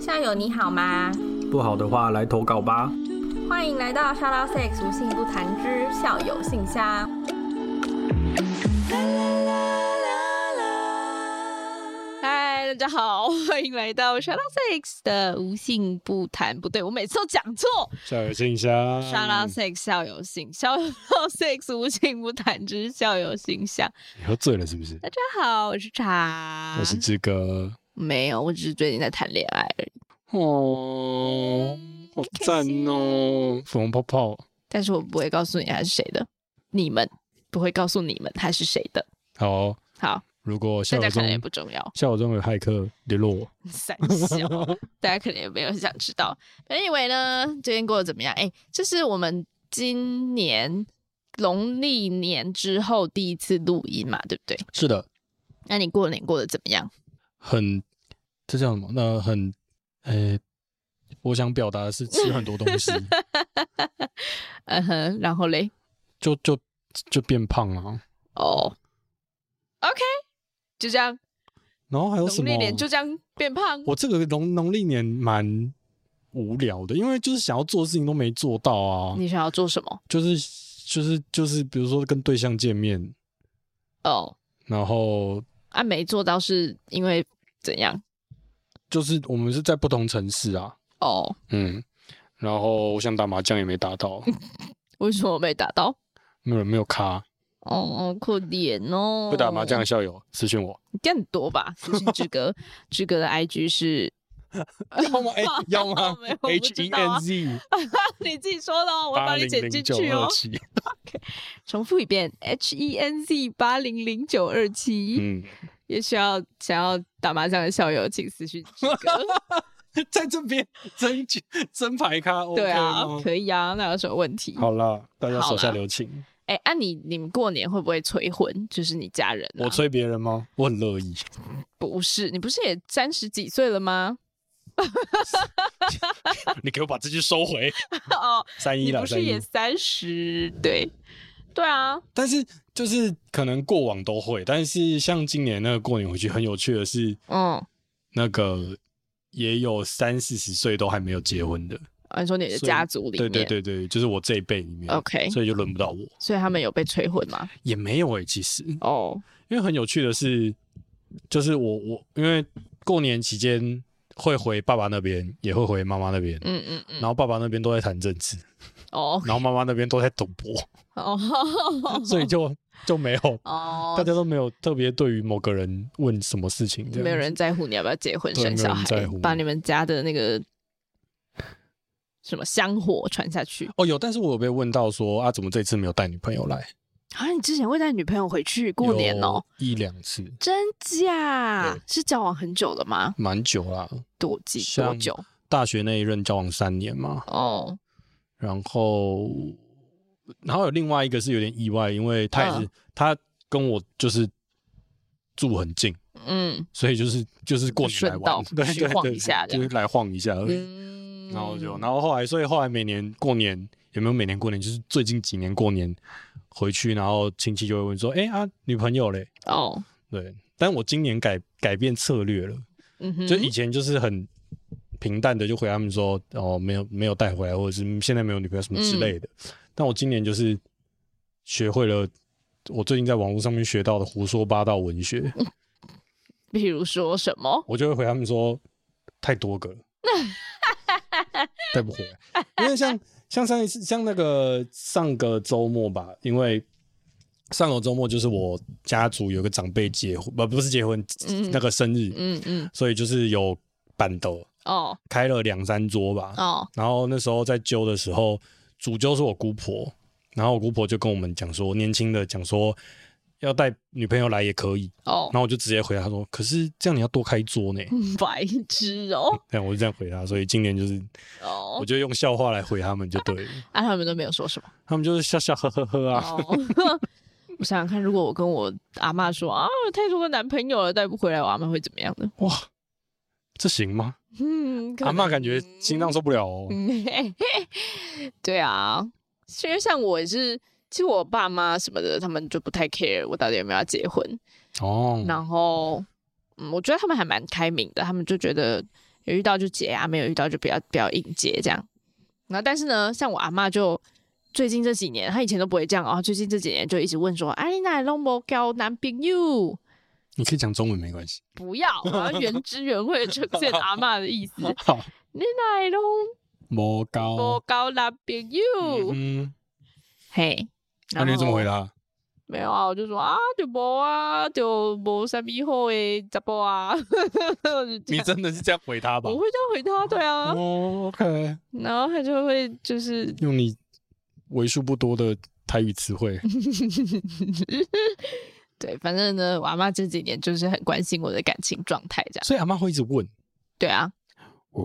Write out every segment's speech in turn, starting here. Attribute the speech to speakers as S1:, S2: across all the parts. S1: 校友你好吗？
S2: 不好的话来投稿吧。
S1: 欢迎来到 Shout Out Sex 无性不谈之校友信箱。
S3: 嗨，大家好，欢迎来到 Shout Out Sex 的无性不谈。不对，我每次都讲错。
S4: 校友信箱
S3: Shout Out Sex 校友信，校友 Sex 无性不谈之校友信箱。
S4: 你喝醉了是不是？
S3: 大家好，我是茶，
S4: 我是志哥。
S3: 没有，我只是最近在谈恋爱而已。
S4: 哦，好赞
S3: 啊
S4: 哦！粉红泡泡，
S3: 但是我不会告诉你他是谁的，你们不会告诉你们他是谁的。
S4: 好哦。
S3: 好，
S4: 如果校
S3: 大
S4: 友
S3: 家可
S4: 中
S3: 能也不重要，
S4: 校友中有骇客联络我，
S3: 三 小。大家可能也没有很想知道。本以为呢，最近过得怎么样？哎、这是我们今年农历年之后第一次录音嘛，对不对？
S4: 是的，
S3: 那你过年过得怎么样？
S4: 很这叫什么？那很呃、我想表达的是吃很多东 西，
S3: 嗯哼，然后嘞，
S4: 就就就变胖了、啊
S3: 哦、o k 就这样，
S4: 然后还有什
S3: 农
S4: 么
S3: 历？年就这样变胖。
S4: 我这个农农历年蛮无聊的，因为就是想要做的事情都没做到啊，
S3: 你想要做什么？
S4: 就是就是就是，比如说跟对象见面，
S3: 哦、
S4: 然后
S3: 啊，没做到是因为怎样？
S4: 就是我们是在不同城市啊，
S3: 哦、
S4: 嗯，然后我想打麻将也没打到，
S3: 为什么没打到？
S4: 没有人没有卡，
S3: 哦，可怜哦，
S4: 会打麻将的校友私讯我，
S3: 一定很多 吧？私信志哥，志哥的 IG 是
S4: 要吗？哎，要吗
S3: 没有我不
S4: ？H
S3: 知
S4: E
S3: 道啊
S4: N Z
S3: 你自己说的哦，我会
S4: 八
S3: 帮你
S4: 零
S3: 剪
S4: 零
S3: 进
S4: 九
S3: 去哦
S4: 二。七，
S3: 重复一遍，H E N Z 八零零九二七。
S4: 嗯，
S3: 也需要想要打麻将的校友，请私信志 哥。
S4: 在这边真真牌咖，OK
S3: 对啊
S4: 吗，
S3: 可以啊，那有什么问题？
S4: 好啦，大家手
S3: 好啦
S4: 下留情。
S3: 哎，按、你你们过年会不会催婚？就是你家人、啊？
S4: 我催别人吗？我很乐 意。
S3: 不是，你不是也三十几岁了吗？
S4: 你给我把这句收回。
S3: 哦，
S4: 三一
S3: 你
S4: 啦，
S3: 不
S4: 三
S3: 是
S4: 一
S3: 也。三十？对，对啊，
S4: 但是就是可能过往都会，但是像今年那个过年回去很有趣的是，
S3: 嗯，
S4: 那个也有三四十岁都还没有结婚的。
S3: 啊，你说你的
S4: 所以
S3: 家族里
S4: 对
S3: 面，
S4: 对对对，就是我这一辈里面
S3: OK
S4: 所以就轮不到我，
S3: 所以他们有被催婚吗？
S4: 也没有诶、其实，因
S3: 哦，
S4: 为很有趣的是，就是我我因为过年期间会回爸爸那边，也会回妈妈那边，
S3: 嗯嗯嗯，
S4: 然后爸爸那边都在谈政治，
S3: 哦
S4: 然后妈妈那边都在赌博，
S3: 哦
S4: 所以就就没有，大
S3: 哦，
S4: 家都没有特别对于某个人问什么事情，这样
S3: 没有人在乎你要不要结婚
S4: 对
S3: 生
S4: 没有
S3: 小
S4: 人
S3: 孩
S4: 在乎，
S3: 把你们家的那个什么香火传下去
S4: 哦有，但是我有被问到说啊，怎么这次没有带女朋友来？
S3: 啊！你之前会带女朋友回去过年哦？
S4: 有一两次，
S3: 真假
S4: 对？
S3: 是交往很久了吗？
S4: 蛮久啦。
S3: 多几
S4: 像
S3: 多久？
S4: 大学那一任交往三年嘛，
S3: 哦，
S4: 然后然后有另外一个是有点意外，因为他也
S3: 嗯
S4: 是、他跟我就是住很近，
S3: 嗯
S4: 所以就是就是过年来
S3: 顺道
S4: 玩，对
S3: 去
S4: 对
S3: 晃
S4: 对，
S3: 一下这
S4: 就
S3: 样
S4: 是来晃一下而已。
S3: 嗯，
S4: 然后就，然后后来，所以后来每年过年有没有每年过年？就是最近几年过年回去，然后亲戚就会问说：“哎、啊，女朋友嘞
S3: 哦，？”
S4: 对，但我今年改改变策略了，
S3: 嗯哼，
S4: 就以前就是很平淡的就回他们说：“哦，没有没有带回来，或者是嗯现在没有女朋友什么之类的。
S3: 嗯
S4: 但我今年就是学会了我最近在网络上面学到的胡说八道 文学，
S3: 比如说什么？
S4: 我就会回他们说太 多个了，带不回来。因为像像上一次，像那个上个周末吧，因为上个周末就是我家族有个长辈结婚，呃不不是结婚，
S3: 嗯
S4: 那个生日，
S3: 嗯嗯，
S4: 所以就是有板豆
S3: 哦
S4: 开了两三桌吧。
S3: 哦，
S4: 然后那时候在揪的时候，主揪是我姑婆，然后我姑婆就跟我们讲说，年轻的讲说要带女朋友来也可以。
S3: 哦 嗯
S4: 然，后我就直接回答说，可是这样你要多开桌呢。
S3: 白痴哦
S4: 这样我就这样回他，所以今年就是我
S3: 哦，
S4: 就用笑话来回他们就对 了，
S3: 啊，他们都没有说什么。
S4: 他们就是笑笑呵呵呵啊，
S3: 哦， 我想想看，如果我跟我阿妈说啊，我太多个男朋友了，带不回来，我阿妈会怎么样呢？
S4: 哇，这行吗？
S3: 嗯，可
S4: 阿
S3: 能
S4: 嬷 感觉心脏受不了哦，
S3: 嗯，嘿嘿对啊，因为像我也是其实我爸妈什么的，他们就不太 care 我到底有没有要结婚。
S4: 哦，
S3: 然后，嗯，我觉得他们还蛮开明的，他们就觉得有遇到就结啊，没有遇到就不要不要硬结这样。然后，但是呢，像我阿妈就最近这几年，她以前都不会这样哦，最近这几年就一直问说：“哎，你哪拢无交男朋友？”
S4: 你可以讲中文没关系。
S3: 不要，我要原汁原味地呈现阿妈的意思。
S4: 好，
S3: 你哪拢
S4: 魔
S3: 无
S4: 高，
S3: 交男朋友？
S4: 嗯，
S3: 嘿，
S4: 那你怎么回？答？
S3: 没有啊，我就说啊，就无啊，就无啥咪好诶，咋不啊？ 我就这
S4: 你
S3: 样
S4: 真的是这样回他吧
S3: 我？会这样回他，对啊，
S4: 哦，OK，
S3: 然后他就会就是
S4: 用你为数不多的台语词 汇，
S3: 对，反正呢，我阿妈这几年就是很关心我的感情状态，这样
S4: 所以阿妈会一直问
S3: 对啊，
S4: 哦，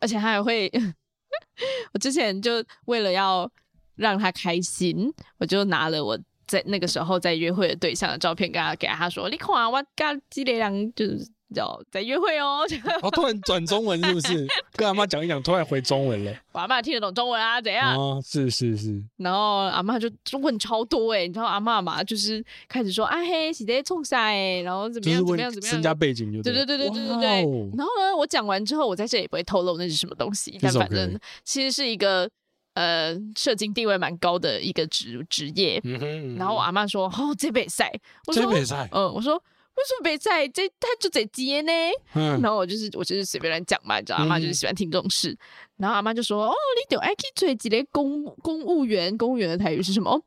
S3: 而且她还会， 我之前就为了要让她开心，我就拿了我。在那个时候，在约会的对象的照片，跟她给她说：“你看啊，我跟这个人就是要在约会哦。
S4: 然后突然转中文是不 是？跟阿妈讲一讲，突然回中文了”
S3: 我阿妈听得懂中文啊，怎样？
S4: 哦，是是是，
S3: 然后阿妈就就问超多哎、欸，你知道阿妈嘛，就是开始说啊嘿，是在冲啥哎，然后怎么
S4: 就是
S3: 样怎么样
S4: 问
S3: 怎么样，
S4: 身家背景就
S3: 对对
S4: 对
S3: 对对对对
S4: 哇
S3: 对
S4: 哦。
S3: 然后呢，我讲完之后，我在这里不会透露那是什么东西，但
S4: It's
S3: 反
S4: okay
S3: 正其实是一个呃社经地位蛮高的一个职职业。
S4: 嗯哼
S3: 然后我阿妈说：“哦，这北赛。”我说
S4: 这：“北赛，
S3: 嗯，我说为什么北赛？这他就这接呢？”
S4: 嗯，
S3: 然后我就是我就是随便乱讲嘛，你知道阿妈就是喜欢听这种事。然后阿妈就说：“哦，你得爱去追几个公公务员，公务员的台语是什么？”哦，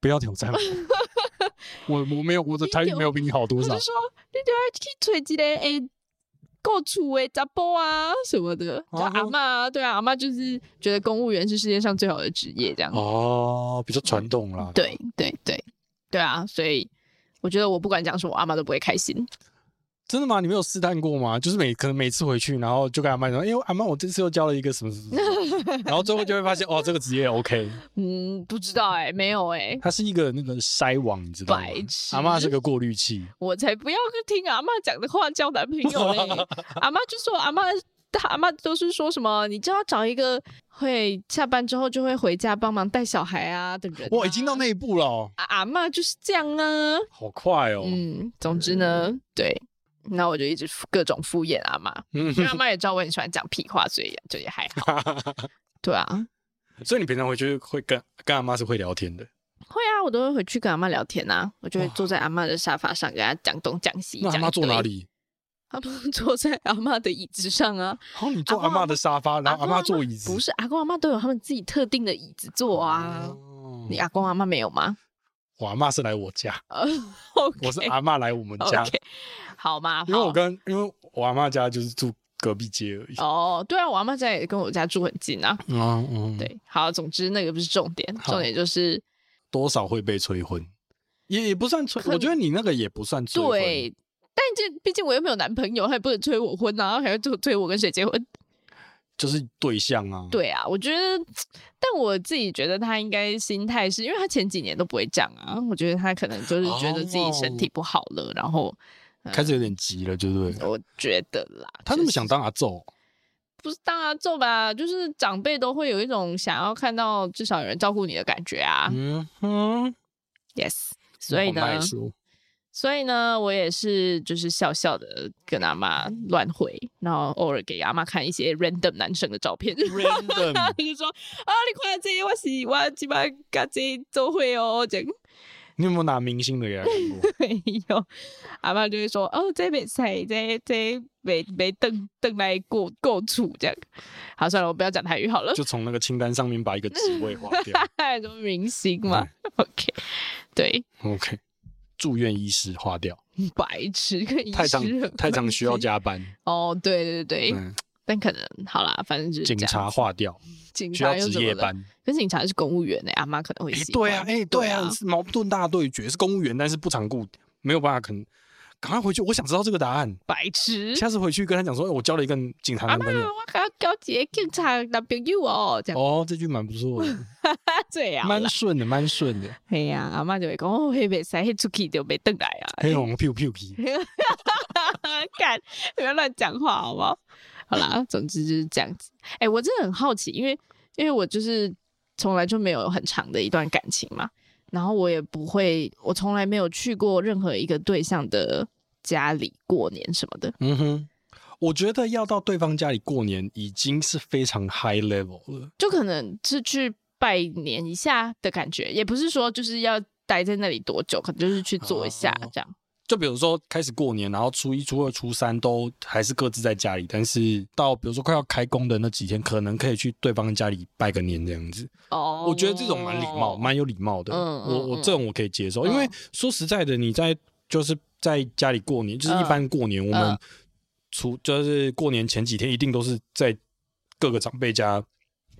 S4: 不要 挑战我，我我没有我的台语没有比你好多
S3: 他
S4: 少
S3: 就，说：“你得爱去追几个诶，够处诶，杂波啊什么的。就
S4: 哦
S3: 阿妈对啊，阿妈就是觉得公务员是世界上最好的职业，这样。
S4: 哦，比较传统啦，
S3: 对对对对啊，所以我觉得我不管讲什么，阿妈都不会开心。
S4: 真的吗？你没有试探过吗？就是每可能每次回去，然后就跟阿妈说：“哎、呦，阿妈，我这次又交了一个什么什么什 么。”然后最后就会发现，哦，这个职业 OK，
S3: 嗯，不知道哎、没有哎、
S4: 它是一个那个筛网，你知道吗
S3: 白？痴
S4: 啊阿妈是个过滤器，
S3: 我才不要听阿妈讲的话交男朋友嘞！阿妈就说阿妈。阿妈都是说什么？你就要找一个会下班之后就会回家帮忙带小孩啊的人、啊。
S4: 哇，已经到那一步了哦，
S3: 啊阿妈就是这样啊。
S4: 好快哦。
S3: 嗯，总之呢，对，那我就一直敷各种敷衍阿妈，
S4: 嗯，
S3: 因为阿妈也知道我很喜欢讲屁话，所以就也还好。对啊，
S4: 所以你平常回去会跟跟阿妈是会聊天的，
S3: 会啊，我都会回去跟阿妈聊天啊，我就会坐在阿妈的沙发上跟她讲东讲西。
S4: 那阿
S3: 讲一
S4: 妈坐
S3: 堆
S4: 哪？里？
S3: 阿妈坐在阿妈的椅子上啊。
S4: 然哦后你坐
S3: 阿
S4: 阿
S3: 嬷
S4: 妈的沙发，然后阿
S3: 公
S4: 妈坐椅子，
S3: 不是阿公阿妈都有他们自己特定的椅子坐啊。
S4: 哦
S3: 你阿公阿妈没有吗？
S4: 我阿妈是来我家，
S3: 呃，OK，
S4: 我是阿妈来我们家
S3: OK，好嘛，
S4: 因为我
S3: 好
S4: 跟因为我阿妈家就是住隔壁街而已。
S3: 哦，对啊，我阿妈家也跟我家住很近啊。
S4: 嗯嗯，
S3: 对，好，总之那个不是重点，
S4: 好
S3: 重点就是
S4: 多少会被催婚，也也不算催，
S3: 可
S4: 我觉得你那个也不算催婚。
S3: 对。但这毕竟我又没有男朋友，他也不能催我婚啊，还要催催我跟谁结婚？
S4: 嗯就是对象啊。，
S3: 对啊，我觉得，但我自己觉得他应该心态是因为他前几年都不会这样啊，我觉得他可能就是觉得自己身
S4: 哦
S3: 体不好了，然后
S4: 开始有点急了，对不对？
S3: 我觉得啦，
S4: 他嗯
S3: 嗯就
S4: 那么
S3: 是
S4: 想当阿昼，
S3: 不是当阿昼吧？就是长辈都会有一种想要看到至少有人照顾你的感觉啊。
S4: 嗯哼，
S3: yes，所以呢，
S4: 好 nice 哦
S3: 所以呢，我也是就是笑笑的跟阿妈乱回，然后偶尔给阿妈看一些 random 男生的照片。
S4: 嗯 ，random，
S3: 就说啊，你看这个我是我今晚跟这做会哦，这样
S4: 你有没有拿明星的给他看过？
S3: 没有。阿妈就会说哦，这没菜，这这没没邓邓来过过处这样。好，算了，我不要讲台语好了。
S4: 就从那个清单上面把一个职位划掉。
S3: 太多明星嘛。OK，对，
S4: OK，住院医师划掉，
S3: 白痴跟医
S4: 太常
S3: 师
S4: 太常需要
S3: 讲。
S4: 加班。
S3: 哦，对对对，
S4: 嗯，
S3: 但可能好啦，反正就是
S4: 警
S3: 这样
S4: 察
S3: 子，
S4: 划掉，
S3: 警
S4: 需要
S3: 察又
S4: 值
S3: 怎么
S4: 夜
S3: 了？
S4: 班。
S3: 可是警察是公务员呢、欸阿妈可能会
S4: 哎、
S3: 习惯、
S4: 对啊，哎、对啊，是矛盾大对决，是公务员，但是不常顾，没有办法，可能赶快回去，我想知道这个答案。
S3: 白痴。
S4: 下次回去跟他讲说，哎我交了一个警察
S3: 阿
S4: 男
S3: 妈，
S4: 朋友。
S3: 我还要交一个警察男朋友哦，这样、
S4: 哦，这句蛮不错的，
S3: 这样
S4: 蛮
S3: 啦。
S4: 顺的，蛮顺的。
S3: 哎呀、阿妈就会讲，哦，迄袂使，迄出去就袂回来啊。
S4: 黑龙 Q Q Q，
S3: 干，不要乱讲话好不好？好啦，总之就是这样子。哎、我真的很好奇，因为因为我就是从来就没有很长的一段感情嘛，然后我也不会，我从来没有去过任何一个对象的家里过年什么的。
S4: 嗯哼，我觉得要到对方家里过年已经是非常 high level 了。
S3: 就可能是去拜年一下的感觉，也不是说就是要待在那里多久，可能就是去做一下
S4: 哦
S3: 这样。
S4: 就比如说开始过年，然后初一、初二、初三都还是各自在家里，但是到比如说快要开工的那几天，可能可以去对方家里拜个年这样子。
S3: 哦
S4: 我觉得这种蛮礼貌，蛮有礼貌的。
S3: 嗯嗯
S4: 我我
S3: 嗯
S4: 这种我可以接受，
S3: 嗯
S4: 因为说实在的，你在就是在家里过年，就是一般过年，我们
S3: 嗯
S4: 除就是过年前几天一定都是在各个长辈家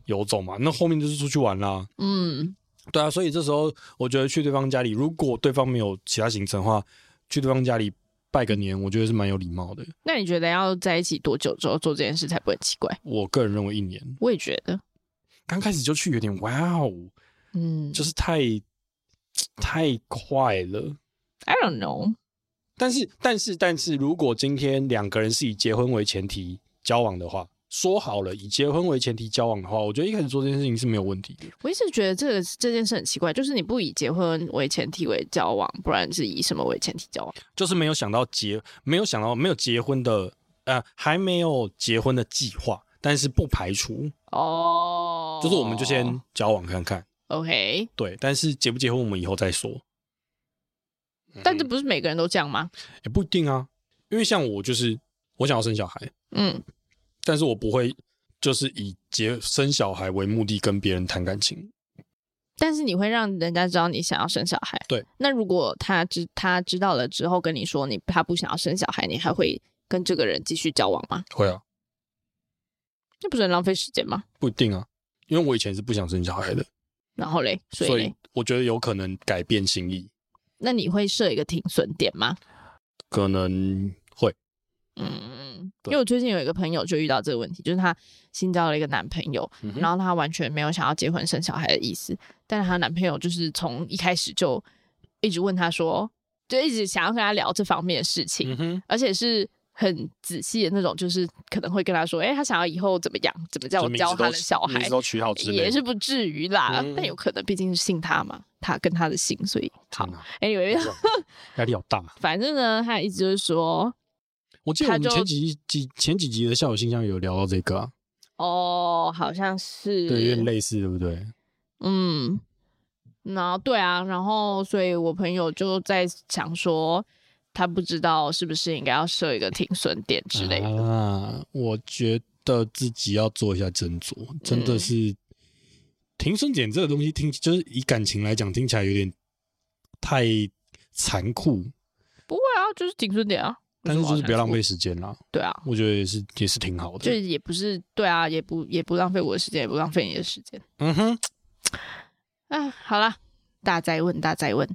S4: 游走嘛，那后面就是出去玩啦。
S3: 嗯，
S4: 对啊，所以这时候我觉得去对方家里，如果对方没有其他行程的话，去对方家里拜个年，我觉得是蛮有礼貌的。
S3: 那你觉得要在一起多久之后做这件事才不会很奇怪？
S4: 我个人认为，一年
S3: 我也觉得，
S4: 刚开始就去有点哇哦，
S3: 嗯，
S4: 就是太太快了。
S3: I don't know，
S4: 但是，但是，但是如果今天两个人是以结婚为前提交往的话，说好了以结婚为前提交往的话，我觉得一开始做这件事情是没有问题的。
S3: 我一直觉得这个这件事很奇怪，就是你不以结婚为前提为交往，不然是以什么为前提交往？
S4: 就是没有想到结，没有想到没有结婚的，呃，还没有结婚的计划，但是不排除，
S3: 哦
S4: 就是我们就先交往看看，
S3: OK，
S4: 对，但是结不结婚我们以后再说。嗯
S3: 但这不是每个人都这样吗？
S4: 也不一定啊，因为像我就是我想要生小孩，
S3: 嗯，
S4: 但是我不会就是以结生小孩为目的跟别人谈感情。
S3: 但是你会让人家知道你想要生小孩。
S4: 对。
S3: 那如果他知他知道了之后跟你说你他不想要生小孩，你还会跟这个人继续交往吗？
S4: 会啊，
S3: 那不是很浪费时间吗？
S4: 不一定啊，因为我以前是不想生小孩的，
S3: 然后嘞，所以
S4: 所
S3: 嘞
S4: 以我觉得有可能改变心意，
S3: 那你会设一个停损点吗？
S4: 可能会。
S3: 嗯，因
S4: 对
S3: 为我最近有一个朋友就遇到这个问题，就是她新交了一个男朋友，
S4: 嗯哼
S3: 然后她完全没有想要结婚生小孩的意思，但是她男朋友就是从一开始就一直问她说，就一直想要跟她聊这方面的事情，
S4: 嗯哼，
S3: 而且是很仔细的那种，就是可能会跟她说，哎、她想要以后怎么样，怎么叫我
S4: 就名字
S3: 教她
S4: 都
S3: 的小
S4: 名
S3: 孩
S4: 字，都取好之类的，
S3: 也是不至于啦，
S4: 嗯
S3: 但有可能毕竟是信她嘛，她跟她的姓，所以好
S4: 天哪
S3: ，anyway，
S4: 压力好大。啊
S3: 反正呢，她一直就是说，
S4: 我记得我们
S3: 他就
S4: 前几集几前几集的校友信箱有聊到这个啊，
S3: 哦，好像是
S4: 对，有点类似，对不对？
S3: 嗯，然后对啊，然后所以我朋友就在想说，他不知道是不是应该要设一个停损点之类的。
S4: 啊，我觉得自己要做一下斟酌，真
S3: 嗯
S4: 的是停损点这个东西听，就是以感情来讲，听起来有点太残酷，
S3: 不会啊，就是停损点啊，
S4: 但是就是不要浪费
S3: 有什么好
S4: 时间啦。
S3: 想。对啊，
S4: 我觉得也是也是挺好
S3: 就
S4: 的。
S3: 也不是对啊，也不也不浪费我的时间，也不浪费你的时间。
S4: 嗯哼，
S3: 啊，好啦，大灾问，大灾问。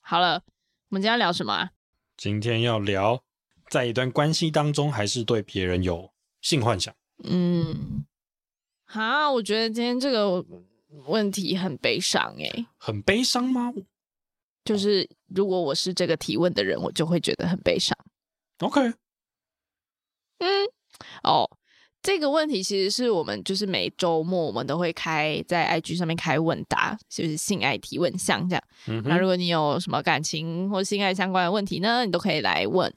S3: 好了，我们今天要聊什么啊？
S4: 今天要聊在一段关系当中，还是对别人有性幻想。
S3: 嗯，哈，我觉得今天这个问题很悲伤诶、
S4: 很悲伤吗
S3: 就是如果我是这个提问的人，我就会觉得很悲伤。
S4: ？OK，
S3: 嗯，哦，这个问题其实是我们就是每周末我们都会开在 IG 上面开问答，就是性爱提问箱这样。
S4: 嗯
S3: 那
S4: 哼，
S3: 如果你有什么感情或性爱相关的问题呢，你都可以来问。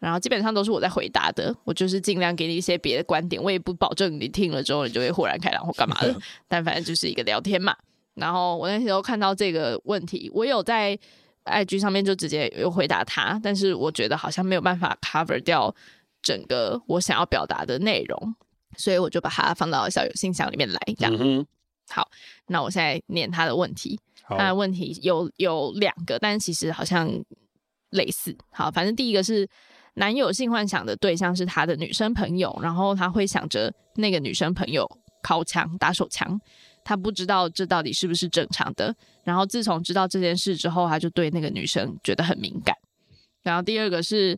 S3: 然后基本上都是我在回答的，我就是尽量给你一些别的观点，我也不保证你听了之后你就会豁然开朗或干嘛 的，但反正就是一个聊天嘛。然后我那时候看到这个问题，我有在 IG 上面就直接有回答他，但是我觉得好像没有办法 cover 掉整个我想要表达的内容，所以我就把它放到小友信箱里面来。这样，
S4: 嗯哼，
S3: 那我现在念他的问题。
S4: 好，
S3: 那问题有有两个，但其实好像类似。好，反正第一个是男友性幻想的对象是他的女生朋友，然后他会想着那个女生朋友靠枪打手枪，他不知道这到底是不是正常的。然后自从知道这件事之后，他就对那个女生觉得很敏感。然后第二个是。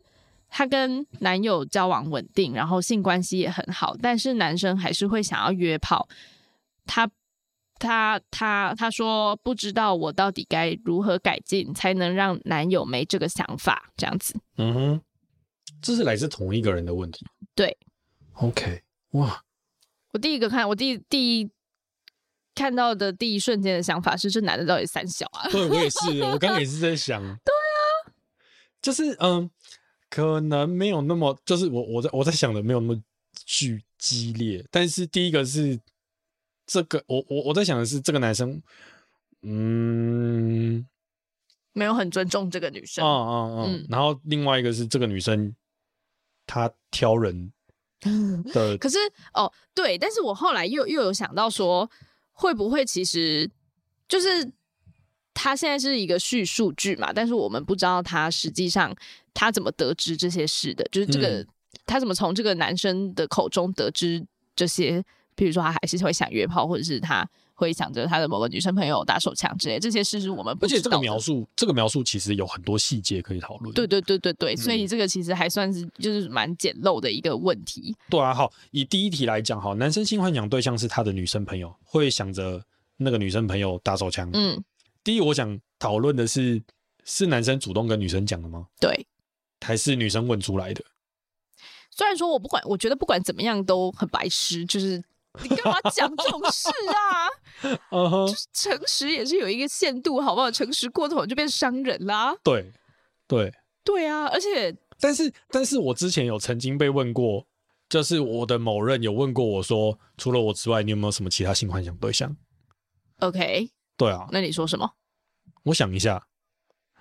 S3: 她跟男友交往稳定，然后性关系也很好，但是男生还是会想要约炮。她她她她说不知道我到底该如何改进，才能让男友没这个想法，这样子。
S4: 嗯哼，这是来自同一个人的问题。
S3: 对
S4: ，OK，哇，
S3: 我第一个看，我第第一看到的第一瞬间的想法是，这男的到底三小啊？
S4: 对我也是，我刚刚也是在想，对啊，就是嗯，可能没有那么，就是我我在我在想的没有那么剧激烈，但是第一个是这个，我我我在想的是这个男生，嗯，
S3: 没有很尊重这个女生，
S4: 嗯嗯
S3: 嗯
S4: 嗯，然后另外一个是这个女生，她 挑人的，
S3: 可是哦，对，但是我后来又又有想到说，会不会其实就是他现在是一个叙述剧嘛，但是我们不知道他实际上他怎么得知这些事的，就是这个、
S4: 嗯
S3: 他怎么从这个男生的口中得知这些，比如说他还是会想约炮，或者是他会想着他的某个女生朋友打手枪之类，这些事是我们不
S4: 而且
S3: 知
S4: 这
S3: 道的。
S4: 个描述，这个描述其实有很多细节可以讨论。
S3: 对对对对对，所以
S4: 嗯
S3: 这个其实还算是就是蛮简陋的一个问题。
S4: 对啊，好，以第一题来讲，好，男生性幻想对象是他的女生朋友，会想着那个女生朋友打手枪。
S3: 嗯，
S4: 第一，我想讨论的是，是男生主动跟女生讲的吗？
S3: 对。
S4: 还是女生问出来的？
S3: 虽然说我不管，我觉得不管怎么样都很白痴，就是你干嘛讲这种事啊？
S4: 嗯哼，
S3: 诚实也是有一个限度，好不好？诚实过头就变伤人啦。
S4: 对，对，
S3: 对啊，而且
S4: 但是，但是我之前有曾经被问过，就是我的某任有问过我说，除了我之外，你有没有什么其他性幻想对象？
S3: OK，
S4: 对啊，
S3: 那你说什么？
S4: 我想一下，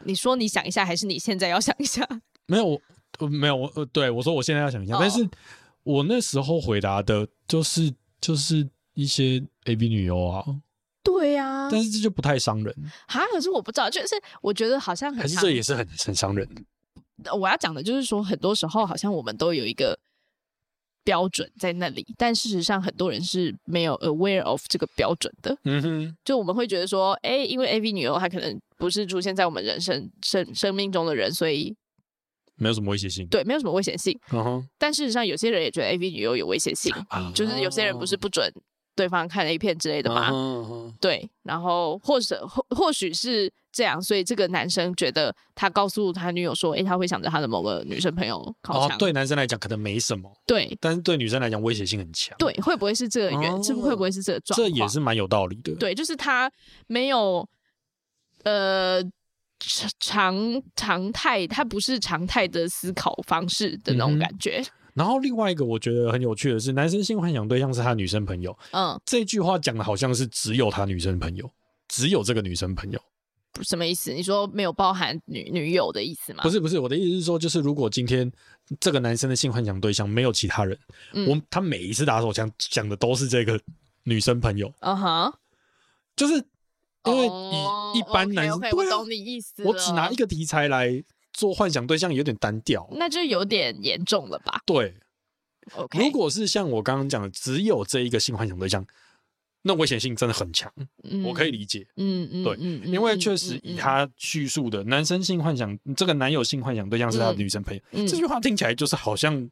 S3: 你说你想一下，还是你现在要想一下？
S4: 没有，我呃没有，我呃，对我说我现在要想一下，
S3: 哦
S4: 但是我那时候回答的就是就是一些 A B 女优
S3: 嗯
S4: 啊，
S3: 对呀、啊，
S4: 但是这就不太伤人，
S3: 哈，可是我不知道，就是我觉得好像很
S4: 还是
S3: 常
S4: 这也是很很伤人。
S3: 我要讲的就是说，很多时候好像我们都有一个标准在那里，但事实上很多人是没有 aware of 这个标准的。
S4: 嗯哼，
S3: 就我们会觉得说，哎、因为 AV 女优她可能不是出现在我们人生生生命中的人，所以
S4: 没有什么威胁性。
S3: 对没有什么危险性。
S4: 嗯哼，
S3: 但事实上，有些人也觉得 AV 女优有危险性，
S4: 啊
S3: 就是有些人不是不准对方看 A 片之类的嘛。
S4: 嗯哼
S3: 对，然后或者或或许是这样，所以这个男生觉得他告诉他女友说，哎、他会想着他的某个女生朋友靠
S4: 哦
S3: 墙、，
S4: 对男生来讲可能没什么，
S3: 对
S4: 但是对女生来讲威胁性很强。，
S3: 对，会不会是这个原？这、
S4: 哦
S3: 会不会是这个状
S4: 这
S3: 况？
S4: 也是蛮有道理的。
S3: 对，就是他没有呃常常常态，他不是常态的思考方式的那
S4: 嗯
S3: 种
S4: 哼
S3: 感觉。
S4: 然后另外一个我觉得很有趣的是，男生性幻想对象是他女生朋友，
S3: 嗯
S4: 这句话讲的好像是只有他女生朋友，只有这个女生朋友。
S3: 不什么意思？你说没有包含女女友的意思吗？
S4: 不，是不是，我的意思是说，就是如果今天这个男生的性幻想对象没有其他人，
S3: 嗯
S4: 我他每一次打手枪讲的都是这个女生朋友，
S3: 嗯哼，
S4: 就是因为
S3: 哦
S4: 以一般男生，
S3: OK，OK，
S4: 对
S3: 我
S4: 啊
S3: 懂你意思。
S4: 我只拿一
S3: 个，
S4: 个题材来做幻想对象，有点单调。
S3: 那就有点严重了吧
S4: 对，
S3: ？OK，
S4: 如果是像我刚刚讲的，只有这一个性幻想对象，那危险性真的很强，我可以理解。
S3: 嗯，嗯嗯，
S4: 对
S3: 嗯，嗯
S4: 因为
S3: 嗯
S4: 确实
S3: 嗯
S4: 以
S3: 嗯
S4: 他叙述的男生性幻想，这个男友性幻想对象是他的
S3: 嗯
S4: 女生朋友，
S3: 嗯
S4: 这句话听起来就是好像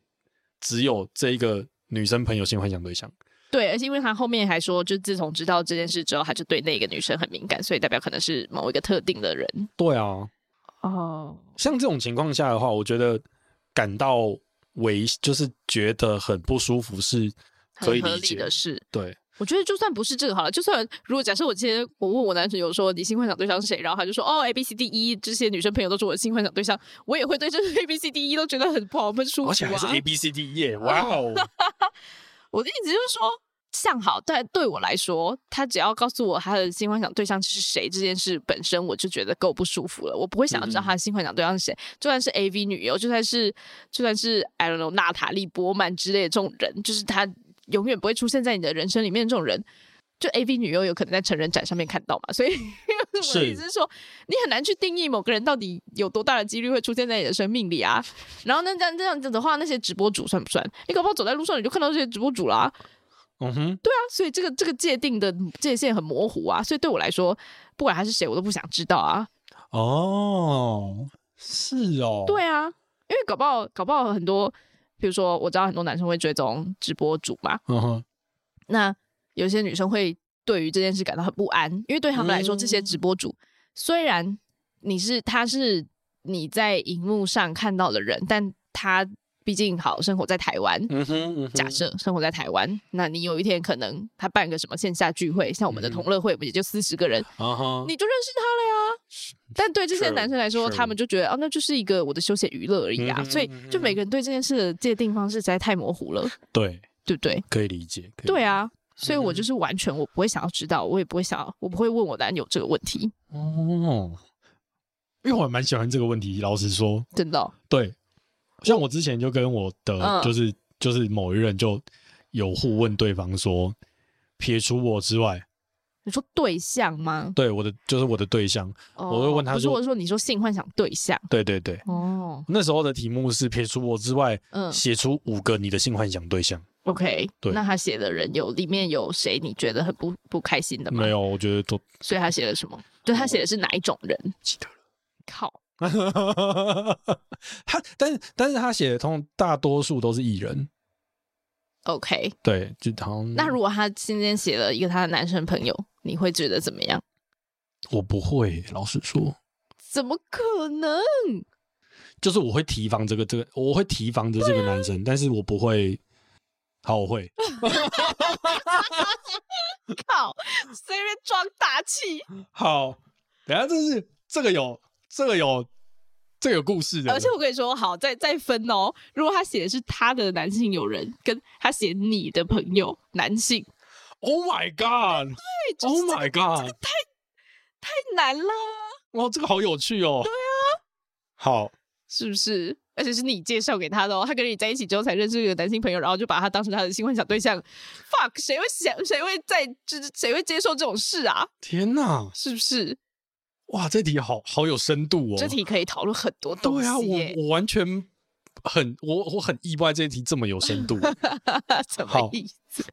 S4: 只有这一个女生朋友性幻想对象，
S3: 对，而且因为他后面还说，就自从知道这件事之后，他就对那个女生很敏感，所以代表可能是某一个特定的人
S4: 对啊，
S3: 哦。
S4: 像这种情况下的话，我觉得感到为就是觉得很不舒服是可以
S3: 很合
S4: 理
S3: 理
S4: 解
S3: 的事。
S4: 对，
S3: 我觉得就算不是这个好了，就算如果假设我今天我问我男朋友说你性幻想对象是谁，然后他就说哦 A B C D E 这些女生朋友都是我的性幻想对象，我也会对这 A B C D E 都觉得很不好不舒服、啊。
S4: 而且还是 A B C D 耶，哇 哦，
S3: 我的意思就是说，像好，但对我来说，他只要告诉我他的性幻想对象是谁这件事本身，我就觉得够不舒服了。我不会想要
S4: 嗯
S3: 知道他的性幻想对象是谁，就算是 A V 女优，就算是就算是 I don't know 娜塔莉波曼之类的这种人，就是他永远不会出现在你的人生里面这种人。就 A V 女优有可能在成人展上面看到嘛，所以 我的
S4: 是
S3: 意思是说，你很难去定义某个人到底有多大的几率会出现在你的生命里啊。然后那这样这样子的话，那些直播主算不算？你搞不好走在路上你就看到这些直播主啦、
S4: 嗯哼，
S3: 对啊，所以这个这个界定的界限很模糊啊，所以对我来说，不管他是谁，我都不想知道啊。
S4: 哦，是哦，
S3: 对啊，因为搞不好搞不好很多，比如说我知道很多男生会追踪直播主嘛，
S4: 嗯哼，
S3: 那有些女生会对于这件事感到很不安，因为对他们来说，
S4: 嗯
S3: 这些直播主虽然你是他是你在荧幕上看到的人，但他毕竟好生活在台湾，
S4: 嗯哼，嗯哼
S3: 假设生活在台湾，那你有一天可能他办个什么线下聚会，像我们的
S4: 嗯
S3: 同乐会，不也就四十个人，
S4: 啊哈，
S3: 你就认识他 了呀。但对这些
S4: True，
S3: 男生来说，
S4: true
S3: 他们就觉得哦，那就是一个我的休闲娱乐而已啊。
S4: 嗯哼
S3: 所以
S4: 嗯哼
S3: 就每个人对这件事的界定方式实在太模糊了，
S4: 对，
S3: 对不对？
S4: 可以理解，可以
S3: 对
S4: 理
S3: 啊，所以我
S4: 嗯
S3: 就是完全我不会想要知道，我也不会想要，我不会问我男友这个问题，
S4: 解，哦，因为我还蛮喜欢这个问题，老实说，
S3: 真的哦、
S4: 对，像我之前就跟我的
S3: 嗯
S4: 就是就是某一任就有互问对方说，撇除我之外，
S3: 你说对象吗？
S4: 对我的就是我的对象，
S3: 哦
S4: 我会问他
S3: 不是
S4: 说
S3: 我说你说性幻想对象
S4: 对对对，
S3: 哦，
S4: 那时候的题目是撇除我之外，
S3: 嗯
S4: 写出五个你的性幻想对象。
S3: ，OK，
S4: 对
S3: 那他写的人有里面有谁你觉得很不不开心的吗？
S4: 没有，我觉得都
S3: 所以他写了什么？就他写的是哪一种人？
S4: 记得
S3: 靠，
S4: 了。他，但是但是他写的通大多数都是艺人，
S3: OK，
S4: 对，就好像
S3: 那如果他今天写了一个他的男生朋友，你会觉得怎么样？
S4: 我不会，老实说，
S3: 怎么可能？
S4: 就是我会提防这个这个，我会提防着这个男生，
S3: 啊
S4: 但是我不会。好，我会，
S3: 靠，随便装大气，
S4: 好，等一下这是这个有这个有这个有故事的，
S3: 而且我跟你说，好，再再分哦。如果他写的是他的男性友人，跟他写你的朋友男性，
S4: Oh my God，Oh
S3: 对， 就是这
S4: Oh my God，
S3: 太难了，
S4: 哇，这个好有趣哦，对啊，好，
S3: 是不是？而且是你介绍给他的哦，他跟你在一起之后才认识一个男性朋友，然后就把他当成他的性幻想对象。Fuck，谁会想，谁会在，就是谁会接受这种事啊？
S4: 天哪，
S3: 是不是？
S4: 哇，这题好好有深度哦！
S3: 这题可以讨论很多东
S4: 对啊，
S3: 西
S4: 我
S3: 耶，
S4: 我完全很我我很意外这一题这么有 深度，
S3: 什么
S4: 啊好
S3: 意思？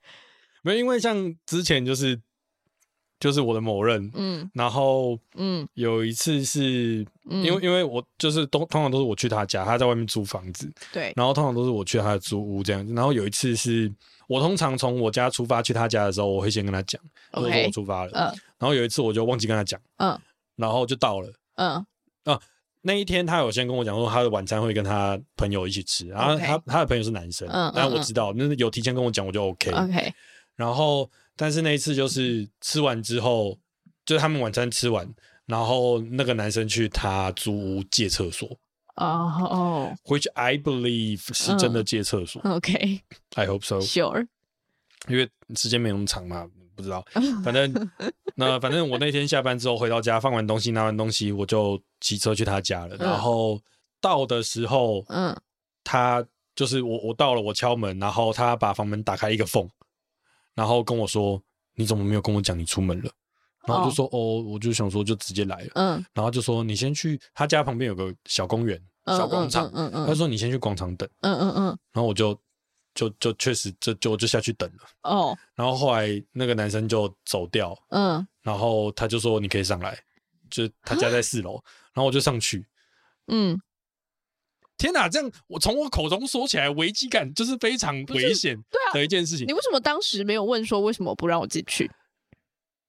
S4: 没有因为像之前就是就是我的某任，
S3: 嗯
S4: 然后
S3: 嗯
S4: 有一次是、
S3: 嗯，
S4: 因为因为我就是都通常都是我去他家，他在外面租房子，
S3: 对，
S4: 然后通常都是我去他的租屋这样子，然后有一次是我通常从我家出发去他家的时候，我会先跟他讲，我说
S3: OK
S4: 我出发了，
S3: 嗯
S4: 然后有一次我就忘记跟他讲，
S3: 嗯
S4: 然后就到了。
S3: 嗯
S4: 那一天，他有先跟我讲说，他的晚餐会跟他朋友一起吃，然后
S3: OK
S4: 他他的朋友是男生，
S3: 嗯嗯
S4: 但我知道，那有提前跟我讲，我就 OK。
S3: ，OK，
S4: 然后，但是那一次就是吃完之后，就是他们晚餐吃完，然后那个男生去他租屋借厕所，
S3: 哦
S4: which I believe 是真的借厕所、
S3: 哦，OK，Sure，
S4: i hope so，因为时间没那么长嘛，不知道。反正那反正我那天下班之后回到家，放完东西拿完东西，我就骑车去他家了，然后到的时候，
S3: 嗯
S4: 他就是我，我到了，我敲门，然后他把房门打开一个缝，然后跟我说：“你怎么没有跟我讲你出门了？”然后我就说：“哦，我就想说就直 接来了。
S3: 嗯”
S4: 然后就说：“你先去他家旁边有个小公园、
S3: 嗯，
S4: 小广场。
S3: 嗯嗯
S4: 他
S3: 嗯
S4: 说：“你先去广场等。
S3: 嗯嗯嗯，”
S4: 然后我就就就确实就就就下去等了。
S3: 哦，
S4: 然后后来那个男生就走掉，
S3: 嗯，
S4: 然后他就说：“你可以上来。”就是他家在四楼，
S3: 啊
S4: 然后我就上去。
S3: 嗯，
S4: 天哪！这样我从我口中说起来，危机感就是非常危险的一件事情
S3: 啊你。为什么当时没有问说为什么不让我进去？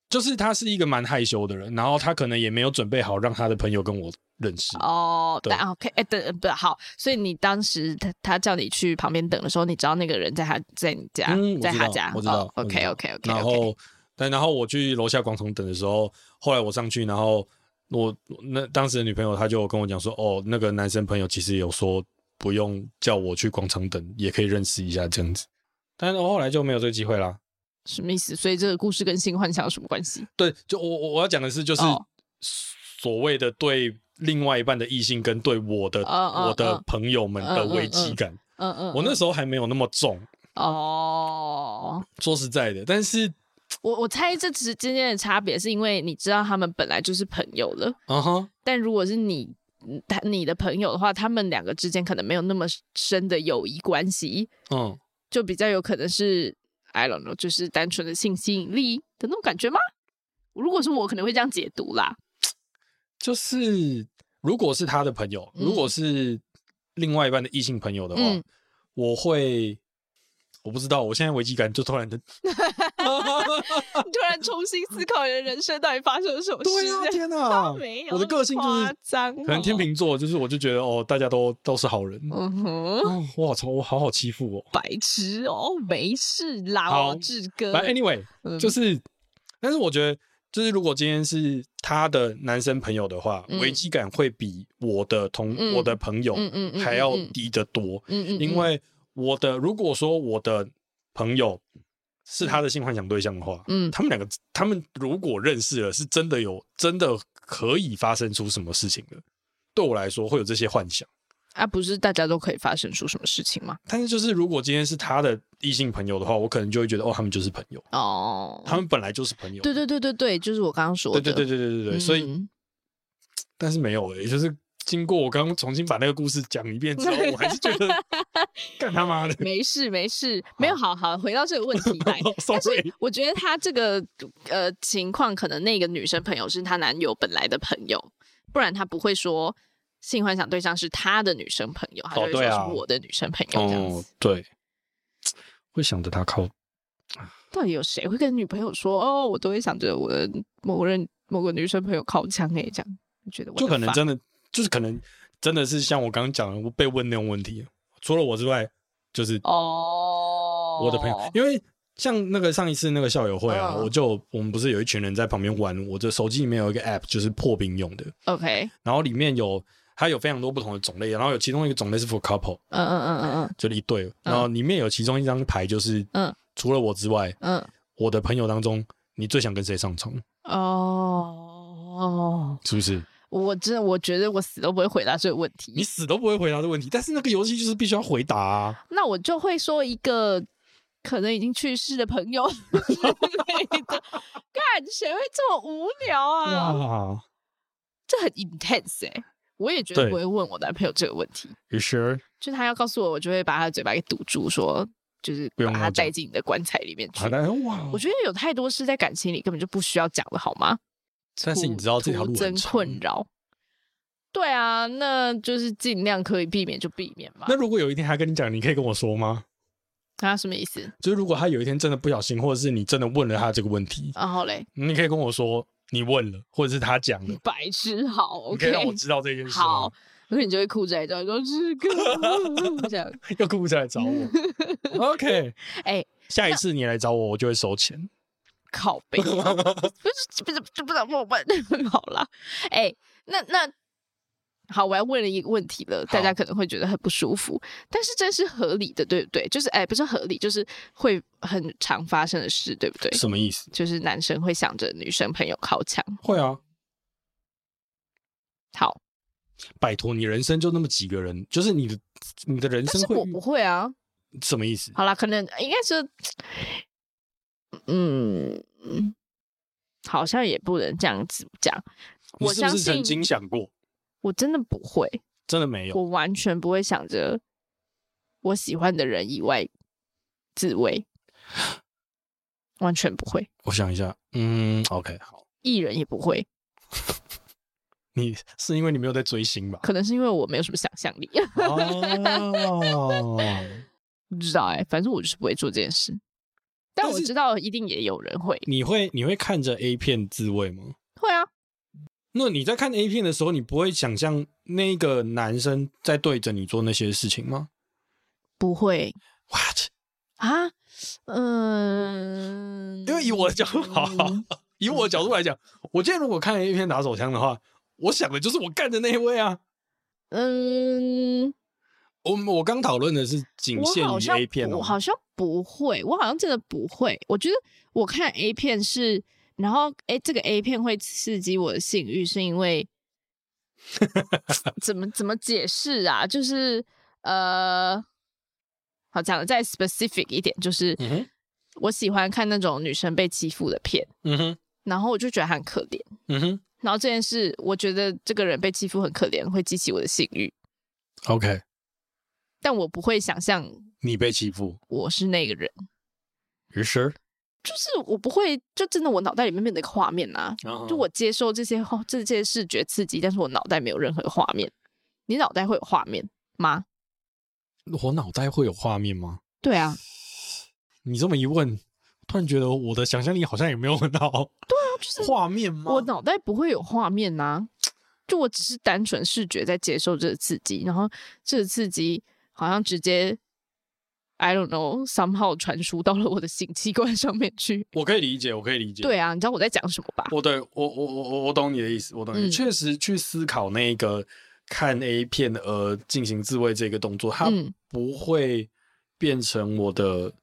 S4: 就是他是一个蛮害羞的人，然后他可能也没有准备好让他的朋友跟我认识。
S3: 哦，
S4: 对
S3: 但 OK，哎，等不好，所以你当时他他叫你去旁边等的时候，你知道那个人在他在你家
S4: 嗯，我，知
S3: 在
S4: 道
S3: 他家，哦
S4: 我知道。我知道
S3: OK OK OK，
S4: 然后，但然后我去楼下广场等的时候，后来我上去，然后我那当时的女朋友她就跟我讲说，哦，那个男生朋友其实有说不用叫我去广场等，也可以认识一下这样子。但是我后来就没有这个机会啦。
S3: 什么意思？所以这个故事跟性幻想有什么关系？
S4: 对，就我我我要讲的是，就是
S3: 哦
S4: 所谓的对另外一半的异性跟对我的、
S3: 嗯嗯
S4: 我的
S3: 嗯
S4: 朋友们的危机感。
S3: 嗯嗯，
S4: 我那
S3: 嗯
S4: 时候还没有那么重，
S3: 哦，
S4: 说实在的，但是
S3: 我我猜这只是之间的差别是因为你知道他们本来就是朋友了，
S4: 啊哈，
S3: 但如果是你嗯他你的朋友的话，他们两个之间可能没有那么深的友谊关系，
S4: 嗯，
S3: 就比较有可能是 I don't know，就是单纯的性吸引力的那种感觉吗？如果是我，可能会这样解读 啦。
S4: 就是如果是他的朋友，
S3: 嗯
S4: 如果是另外一半的异性朋友的话，
S3: 嗯
S4: 我会。我不知道，我现在危机感就突然的
S3: 突然重新思考你的人生到底发生了什么事。
S4: 对啊，天 哪！
S3: 没有，
S4: 我的个性就是
S3: 夸张哦，
S4: 可能天秤座就是，我就觉得哦，大家都都是好人。
S3: 嗯哼，
S4: 哦，我好操，我好好欺负哦。
S3: 白痴哦，没事啦，
S4: 好
S3: 我志哥。
S4: 反正 anyway，
S3: 嗯
S4: 就是，但是我觉得，就是如果今天是他的男生朋友的话，
S3: 嗯
S4: 危机感会比我的同、
S3: 嗯
S4: 我的朋友
S3: 嗯嗯嗯
S4: 还要
S3: 嗯
S4: 低得多。
S3: 嗯嗯，
S4: 因为我的如果说我的朋友是他的性幻想对象的话，
S3: 嗯
S4: 他们两个他们如果认识了，是真的有真的可以发生出什么事情的。对我来说会有这些幻想，
S3: 啊，不是大家都可以发生出什么事情吗？
S4: 但是就是如果今天是他的异性朋友的话，我可能就会觉得哦，他们就是朋友，
S3: 哦，
S4: 他们本来就是朋友。
S3: 对对对对对，就是我刚刚说
S4: 对
S3: 的，
S4: 对对对对对对，所以
S3: 嗯
S4: 但是没有诶、就是经过我刚刚重新把那个故事讲一遍之后，我还是觉得干他妈的
S3: 没事没事，没有好好回到这个问题 来。但是
S4: ，sorry，
S3: 我觉得她这个呃情况，可能那个女生朋友是她男友本来的朋友，不然她不会说性幻想对象是她的女生朋友，她就会说
S4: 对
S3: 是
S4: 啊
S3: 我的女生朋友这样子。
S4: 哦，对，会想着他靠
S3: 到底有谁会跟女朋友说哦，我都会想着我的某人某个女生朋友靠枪哎、欸，这样你觉得我
S4: 就可能
S3: 的
S4: 真的就是可能真的是像我刚刚讲的，我被问那种问题，除了我之外，就是
S3: 哦，
S4: 我的朋友，因为像那个上一次那个校友会啊，
S3: 嗯
S4: 我就我们不是有一群人在旁边玩，我的手机里面有一个 app 就是破冰用的，
S3: OK，
S4: 然后里面有它有非常多不同的种类，然后有其中一个种类是 for couple，
S3: 嗯嗯嗯嗯嗯
S4: 就是一对，然后里面有其中一张牌就是，
S3: 嗯
S4: 除了我之外，
S3: 嗯，
S4: 我的朋友当中，你最想跟谁上床？
S3: 哦，
S4: 是不是？
S3: 我真的我觉得我死都不会回答这个问题。
S4: 你死都不会回答这个问题，但是那个游戏就是必须要回答啊。
S3: 那我就会说一个可能已经去世的朋友 之类的。干，谁会这么无聊啊？
S4: 哇哦
S3: 这很 intense 哎、我也绝对
S4: 对
S3: 不会问我男朋友这个问题，
S4: ，You sure？
S3: 就是他要告诉我，我就会把他的嘴巴给堵住，说就是
S4: 不用
S3: 把
S4: 跟
S3: 他
S4: 我讲
S3: 带进你的棺材里面去
S4: 好。的，哇！
S3: 我觉得有太多事在感情里根本就不需要讲了，好吗？
S4: 但是你知道这条路
S3: 徒增
S4: 很长
S3: 困扰。对啊，那就是尽量可以避免就避免嘛
S4: 那。如果有一天他跟你讲，你可以跟我说吗？
S3: 他什么意思？
S4: 就是如果他有一天真的不小心，或者是你真的问了他这个问题，
S3: 然后啊嘞，
S4: 你可以跟我说你问了，或者是他讲了，
S3: 白痴好
S4: 你可以
S3: 嗯，OK，
S4: 让我知道这件事吗。
S3: 好，然后你就会哭着来找你说志 哥这样。
S4: 又顾不起来找我。OK，
S3: 哎
S4: 下一次你来找我，我就会收钱。
S3: 靠背，不 是不是这不能问问， 好啦，哎、那那好，我要问了一个问题了，大家
S4: 好
S3: 可能会觉得很不舒服，但是这是合理的，对不对？就是哎、不是合理，就是会很常发生的事，对不对？
S4: 什么意思？
S3: 就是男生会想着女生朋友靠墙，
S4: 会啊，
S3: 好，
S4: 拜托，你人生就那么几个人，就是你的你的人
S3: 但
S4: 生
S3: 是
S4: 会
S3: 我不会啊，
S4: 什么意思？
S3: 好啦，可能应该是，嗯，好像也不能这样子讲。
S4: 你
S3: 我
S4: 是不
S3: 相
S4: 是
S3: 信
S4: 曾经想过？
S3: 我真的不会，
S4: 真的没有
S3: 我完全不会想着我喜欢的人以外自慰，完全不会，
S4: 我想一下，嗯，OK，好，
S3: 艺人也不会，
S4: 你是因为你没有在追星吧？
S3: 可能是因为我没有什么想象力，
S4: 哦，
S3: 不知道哎、反正我就是不会做这件事。但
S4: 但
S3: 我
S4: 是
S3: 知道一定也有人会，
S4: 你会你会看着 A 片自慰吗？
S3: 会啊，
S4: 那你在看 A 片的时候，你不会想象那个男生在对着你做那些事情吗
S3: 不会
S4: ？What？
S3: 啊，嗯，
S4: 因为以我的角度，好 好
S3: 嗯
S4: 以我的角度来讲，我今天如果看 A 片打手枪的话，我想的就是我干的那一位啊。
S3: 嗯，
S4: 我们我刚讨论的是仅限
S3: 我好
S4: 于
S3: 像
S4: A 片哦
S3: 我，好像不会，我好像真的不会。我觉得我看 A 片是，然后哎，这个 A 片会刺激我的性欲，是因为怎么怎么解释啊？就是呃，好讲的再 specific 一点，就是、
S4: 嗯哼
S3: 我喜欢看那种女生被欺负的片，
S4: 嗯哼，
S3: 然后我就觉得她很可怜。
S4: 嗯哼
S3: 然后这件事，我觉得这个人被欺负很可怜，会激起我的性欲，
S4: ，OK，
S3: 但我不会想象
S4: 你被欺负，
S3: 我是那个人。
S4: 于是
S3: 就是我不会，就真的我脑袋里面没有那个画面啊，就我接受这些画这些视觉刺激，但是我脑袋没有任何画面。你脑袋会有画面吗？
S4: 我脑袋会有画面吗？
S3: 对啊，
S4: 你这么一问，突然觉得我的想象力好像也没有很好。对啊，就是画面吗？
S3: 我脑袋不会有画面呐、就我只是单纯视觉在接受这个刺激，然后这个刺激好像直接 I don't know somehow 传输到了我的性器官上面去。
S4: 我可以理解，我可以理解。
S3: 对啊，你知道我在讲什么吧？
S4: 我对我我我我我懂你的意思，我懂你的意
S3: 嗯
S4: 思。确、实去思考那个看 A 片而进行自慰这个动作，它
S3: 嗯
S4: 不会变成我的、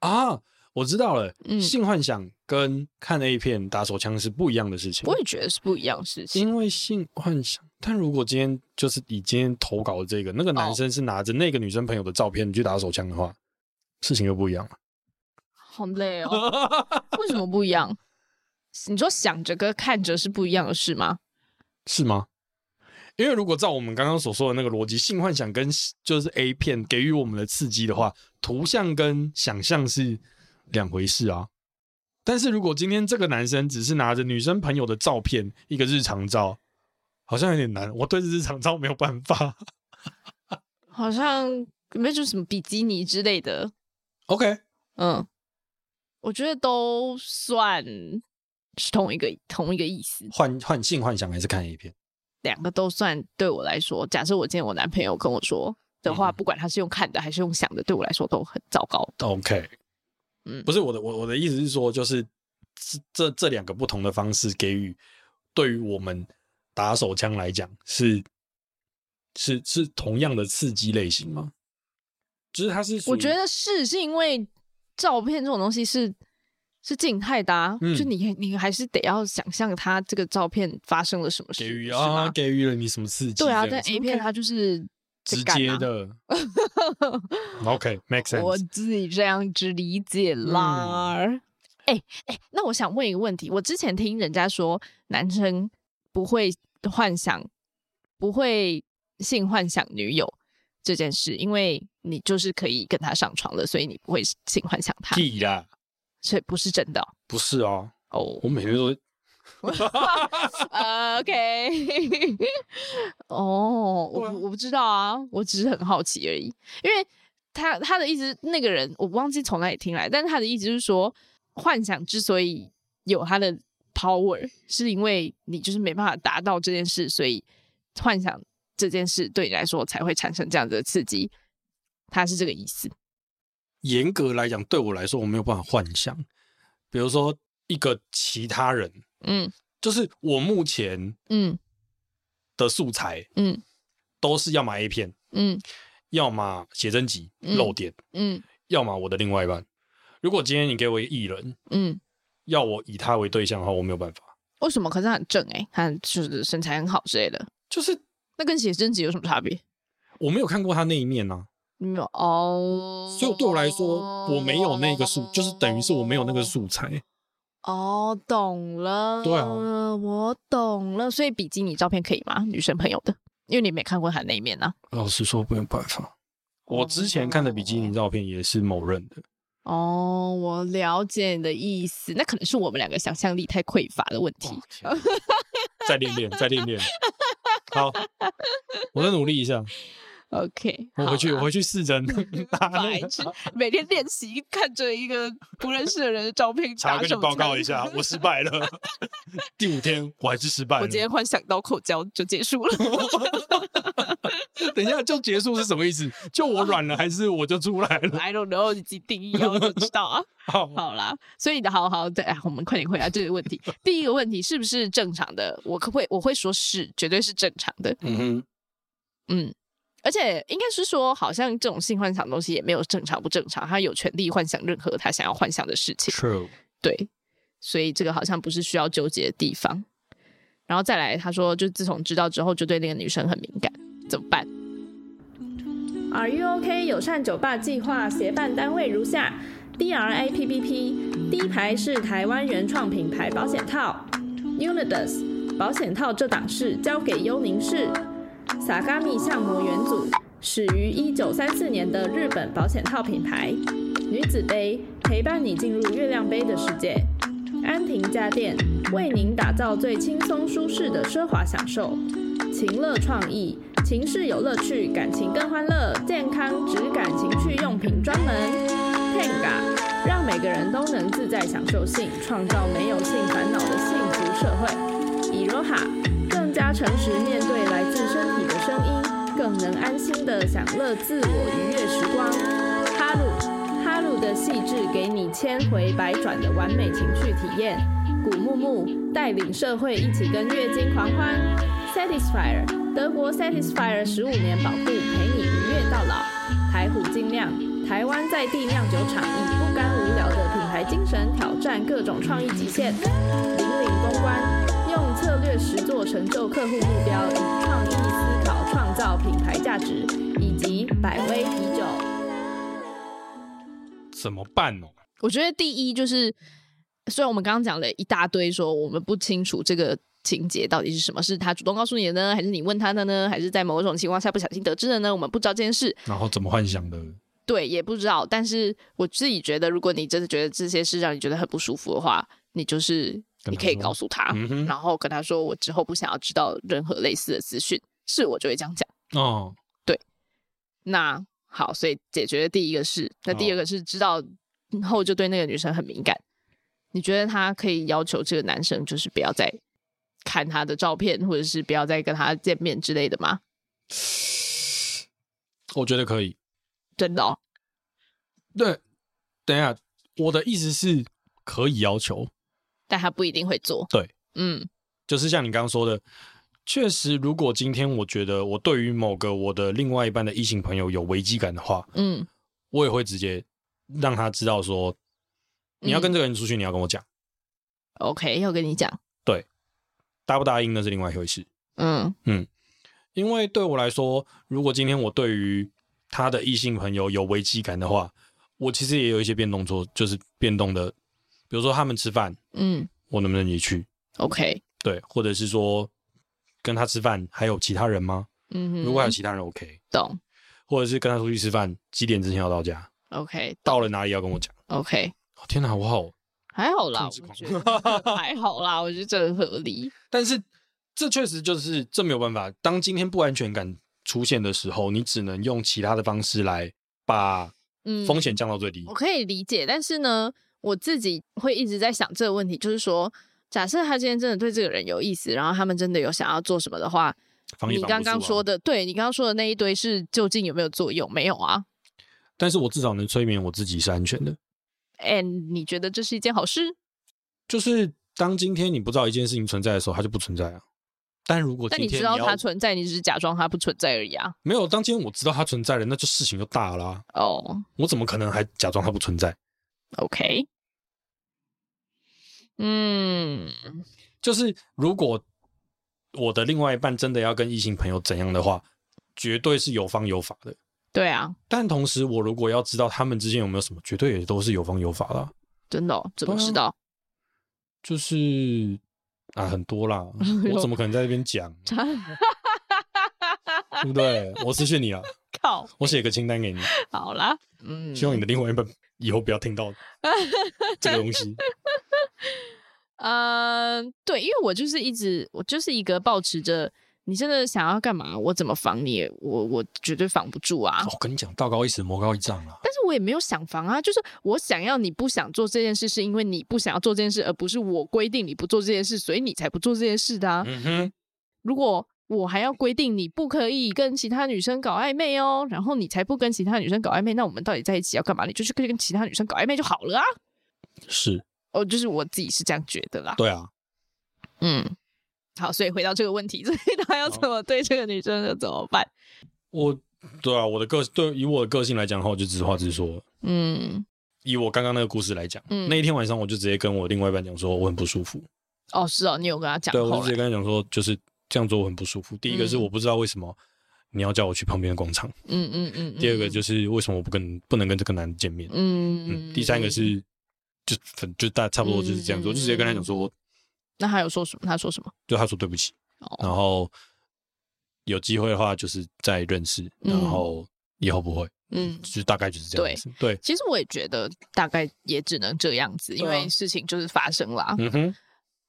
S4: 啊，我知道了，
S3: 嗯
S4: 性幻想跟看 A 片打手枪是不一样的事情。
S3: 我也觉得是不一样的事情。
S4: 因为性幻想，但如果今天就是以今天投稿的这个那个男
S3: 哦
S4: 生是拿着那个女生朋友的照片你去打手枪的话，事情又不一样
S3: 好累哦，
S4: 了。
S3: 为什么不一样？你说想着跟看着是不一样的事吗？
S4: 是吗？因为如果照我们刚刚所说的那个逻辑，性幻想跟就是 A 片给予我们的刺激的话，图像跟想象是两回事啊。但是如果今天这个男生只是拿着女生朋友的照片，一个日常照，好像有点难。我对日常照没有办法。
S3: 好像没就是什么比基尼之类的，
S4: OK，
S3: 嗯，我觉得都算是同一个同一个意思，
S4: 换换性幻想还是看 A 片？
S3: 两个都算对我来说。假设我今天我男朋友跟我说的话，
S4: 嗯
S3: 不管他是用看的还是用想的，对我来说都很糟糕。
S4: OK，
S3: 嗯
S4: 不是我的，我我的意思是说，就是这这这两个不同的方式给予，对于我们打手枪来讲是是是同样的刺激类型吗？就是它是属于，
S3: 我觉得是是因为照片这种东西是是静态的、啊，
S4: 嗯
S3: 就你你还是得要想象他这个照片发生了什么事，
S4: 给予
S3: 是
S4: 啊，
S3: 吗？
S4: 给予了你什么刺激这
S3: 对啊，
S4: 样子？
S3: 但 A 片
S4: OK，
S3: 它就是在
S4: 直
S3: 干
S4: 接
S3: 嘛
S4: 的，OK，make
S3: 我
S4: sense。嗯
S3: 自己这样子理解啦。哎、哎、那我想问一个问题，我之前听人家说男生不会幻想，不会性幻想女友这件事，因为你就是可以跟他上床了，所以你不会性幻想他，
S4: 屁啦，
S3: 所以不是真的
S4: 不是哦，
S3: 哦。
S4: 我每天都哦
S3: 呃 OK，哦，我
S4: 对啊
S3: 不我不知道啊，我只是很好奇而已。因为他他的意思，那个人我忘记从哪里听来，但是他的意思就是说，幻想之所以有他的 power，是因为你就是没办法达到这件事，所以幻想这件事对你来说才会产生这样子的刺激。他是这个意思，
S4: 严格来讲，对我来说我没有办法幻想，比如说一个其他人，
S3: 嗯
S4: 就是我目前
S3: 嗯
S4: 的素材，
S3: 嗯，
S4: 都是要么 A 片，
S3: 嗯
S4: 要么写真集
S3: 嗯
S4: 漏点，
S3: 嗯
S4: 要么我的另外一半。如果今天你给我一个艺人，
S3: 嗯，
S4: 要我以他为对象的话，我没有办法。
S3: 为什么？可是他很正哎、他就是身材很好之类的，
S4: 就是
S3: 那跟写真集有什么差别？
S4: 我没有看过他那一面啊，
S3: 没有哦，
S4: 所以对我来说，我没有那个素，就是等于是我没有那个素材。
S3: 哦，懂了，
S4: 对啊
S3: 我懂了。所以比基尼照片可以吗？女生朋友的，因为你没看过她那一面呢、啊
S4: 老实说，没有办法。我之前看的比基尼照片也是某人的，
S3: 哦，我了解你的意思，那可能是我们两个想象力太匮乏的问题。
S4: 哦天啊再练练，再练练。好，我再努力一下，
S3: OK，
S4: 哦我
S3: 好
S4: 回去，我
S3: 啦
S4: 回去 试着拿 那
S3: 白
S4: 个
S3: 痴，每天练习看着一个不认识的人的照片
S4: 查
S3: 打
S4: 跟你
S3: 手
S4: 报告
S3: 枪
S4: 一下，我失败了。 第五天我还是失败了。
S3: 我今天幻想到口交就结束了。
S4: 等一下就结束是什么意思？就我软了，还是我就出来了？
S3: I don't know，你自己定义啊，我怎么知道啊？
S4: 好，
S3: 好啦，所以好好对、哎，我们快点回答这个问题。第一个问题是不是正常的？我可会我会说是，绝对是正常的。
S4: 嗯哼，
S3: 嗯，而且应该是说，好像这种性幻想的东西也没有正常不正常，他有权利幻想任何他想要幻想的事情。
S4: true，
S3: 对，所以这个好像不是需要纠结的地方。然后再来，他说，就自从知道之后，就对那个女生很敏感，怎么办？
S1: Are you OK？友善酒吧计划协办单位如下：DRAPPP，第一排是台湾原创品牌保险套；Unidas 保险套这档事交给幽宁氏；Sagami 相模元祖始于一九三四年的日本保险套品牌；女子杯陪伴你进入月亮杯的世界；安亭家电为您打造最轻松舒适的奢华享受。情乐创意，情事有乐趣，感情更欢乐，健康质感情趣用品专门。Tenga，让每每个人都能自在享受性，创造没有性烦恼的幸福社会。以 Roha 更加诚实面对来自身体的声音，更能安心的享乐自我愉悦时光。哈鲁哈鲁的细致给你千回百转的完美情绪体验。古木木带领社会一起跟月经狂欢。Satisfier 德国 Satisfier 十五年保护，陪你愉悦到老。台虎精酿台湾在地酿酒厂以不甘无聊的品牌精神挑战各种创意极限。引领公关用策略实做成就客户目标，以创意思考创造品牌价值，以及百威啤酒。
S4: 怎么办哦？
S3: 我觉得第一就是，虽然我们刚刚讲了一大堆，说我们不清楚这个情节到底是什么，是他主动告诉你的呢，还是你问他的呢，还是在某种情况下不小心得知的呢？我们不知道这件事，
S4: 然后怎么幻想的？
S3: 对，也不知道。但是我自己觉得，如果你真的觉得这些事让你觉得很不舒服的话，你就是
S4: 跟
S3: 你
S4: 他
S3: 可以
S4: 说
S3: 告诉他，
S4: 嗯哼
S3: 然后跟他说，我之后不想要知道任何类似的资讯，是我就会这样讲。
S4: 哦，
S3: 那好，所以解决的第一个是，那第二
S4: 哦
S3: 个是知道后就对那个女生很敏感。你觉得他可以要求这个男生就是不要再看他的照片，或者是不要再跟他见面之类的吗？
S4: 我觉得可以。
S3: 真的、哦，
S4: 对，等一下，我的意思是可以要求，
S3: 但他不一定会做。
S4: 对，
S3: 嗯，
S4: 就是像你刚刚说的，确实，如果今天我觉得我对于某个我的另外一半的异性朋友有危机感的话，
S3: 嗯，
S4: 我也会直接让他知道说，你要跟嗯这个人出去，你要跟我讲，
S3: OK，要跟你讲，
S4: 答不答应那是另外一回事。
S3: 嗯
S4: 因为对我来说，如果今天我对于他的异性朋友有危机感的话，我其实也有一些变动做，就是变动的，比如说他们吃饭，
S3: 嗯
S4: 我能不能一起去？
S3: ，OK，
S4: 对，或者是说跟他吃饭还有其他人吗？
S3: 嗯哼，
S4: 如果还有其他人，OK，
S3: 懂
S4: 或者是跟他出去吃饭，几点之前要到家？
S3: ，OK，
S4: 到了哪里要跟我讲？
S3: OK，
S4: 哦天哪，我好！
S3: 还好啦，
S4: 控
S3: 我
S4: 制狂
S3: 觉得 还好啦，我觉得这很合理。
S4: 但是这确实就是这没有办法。当今天不安全感出现的时候，你只能用其他的方式来把
S3: 嗯，
S4: 风险降到最低。
S3: 我可以理解，但是呢，我自己会一直在想这个问题，就是说，假设他今天真的对这个人有意思，然后他们真的有想要做什么的话，
S4: 防疫
S3: 你
S4: 防不
S3: 刚刚
S4: 住啊
S3: 说的，对你刚刚说的那一堆是究竟有没有作用？没有啊。
S4: 但是我至少能催眠我自己是安全的。
S3: And 你觉得这是一件好事？
S4: 就是当今天你不知道一件事情存在的时候，它就不存在啊。但如果
S3: 但
S4: 今
S3: 你
S4: 天
S3: 知道
S4: 要
S3: 它存在，你只是假装它不存在而已啊。
S4: 没有，当今天我知道它存在了，那就事情就大了啊、
S3: 哦、
S4: 我怎么可能还假装它不存在？
S3: o k 嗯，
S4: 就是如果我的另外一半真的要跟异性朋友怎样的话，绝对是有方有法的。
S3: 对啊，
S4: 但同时，我如果要知道他们之间有没有什么，绝对也都是有方有法啦。
S3: 真的哦、怎么
S4: 对啊
S3: 知道？
S4: 就是啊，很 多啦，
S3: 哎
S4: 我怎么可能在这边讲？对不对？我私讯你啊，
S3: 靠，
S4: 我写个清单给你。
S3: 好啦，嗯，
S4: 希望你的另外一半以后不要 听到这个东西。
S3: 嗯，对，因为我就是一直，我就是一个保持着，你真的想要干嘛，我怎么防你，我我绝对防不住啊。
S4: 我跟你讲，道高一尺，魔高一丈啊。
S3: 但是我也没有想防啊，就是我想要你不想做这件事，是因为你不想要做这件事，而不是我规定你不做这件事，所以你才不做这件事的啊。
S4: 嗯哼，
S3: 如果我还要规定你不可以跟其他女生搞暧昧哦，然后你才不跟其他女生搞暧昧，那我们到底在一起要干嘛？你就去跟跟其他女生搞暧昧就好了啊。
S4: 是
S3: 哦，就是我自己是这样觉得啦。
S4: 对啊，
S3: 嗯，好，所以回到这个问题，所以他要怎么对这个女生的怎么办？
S4: 我对啊，我的个对以我的个性来讲的话，我就直话直说。
S3: 嗯，
S4: 以我刚刚那个故事来讲，
S3: 嗯
S4: 那一天晚上我就直接跟我另外一半讲说我很不舒服，
S3: 哦，是哦，你有跟他讲
S4: 对我就
S3: 后
S4: 直
S3: 来
S4: 接，跟他讲说就是这样做我很不舒服。第一个是
S3: 嗯
S4: 我不知道为什么你要叫我去旁边的广场，
S3: 嗯嗯嗯，嗯
S4: 第二个，就是为什么我不跟不能跟这个男的见面，
S3: 嗯
S4: 嗯，第三个，是就反就大差不多就是这样做，
S3: 嗯
S4: 就直接跟他讲说，
S3: 那他有说什么？他说什么？
S4: 就他说对不起，然
S3: 哦，
S4: 后有机会的话就是再认识，
S3: 嗯
S4: 然后以后不会，
S3: 嗯，
S4: 就大概就是这样子。对，
S3: 其实我也觉得大概也只能这样子，因
S4: 对啊
S3: 为事情就是发生了啊。
S4: 嗯哼，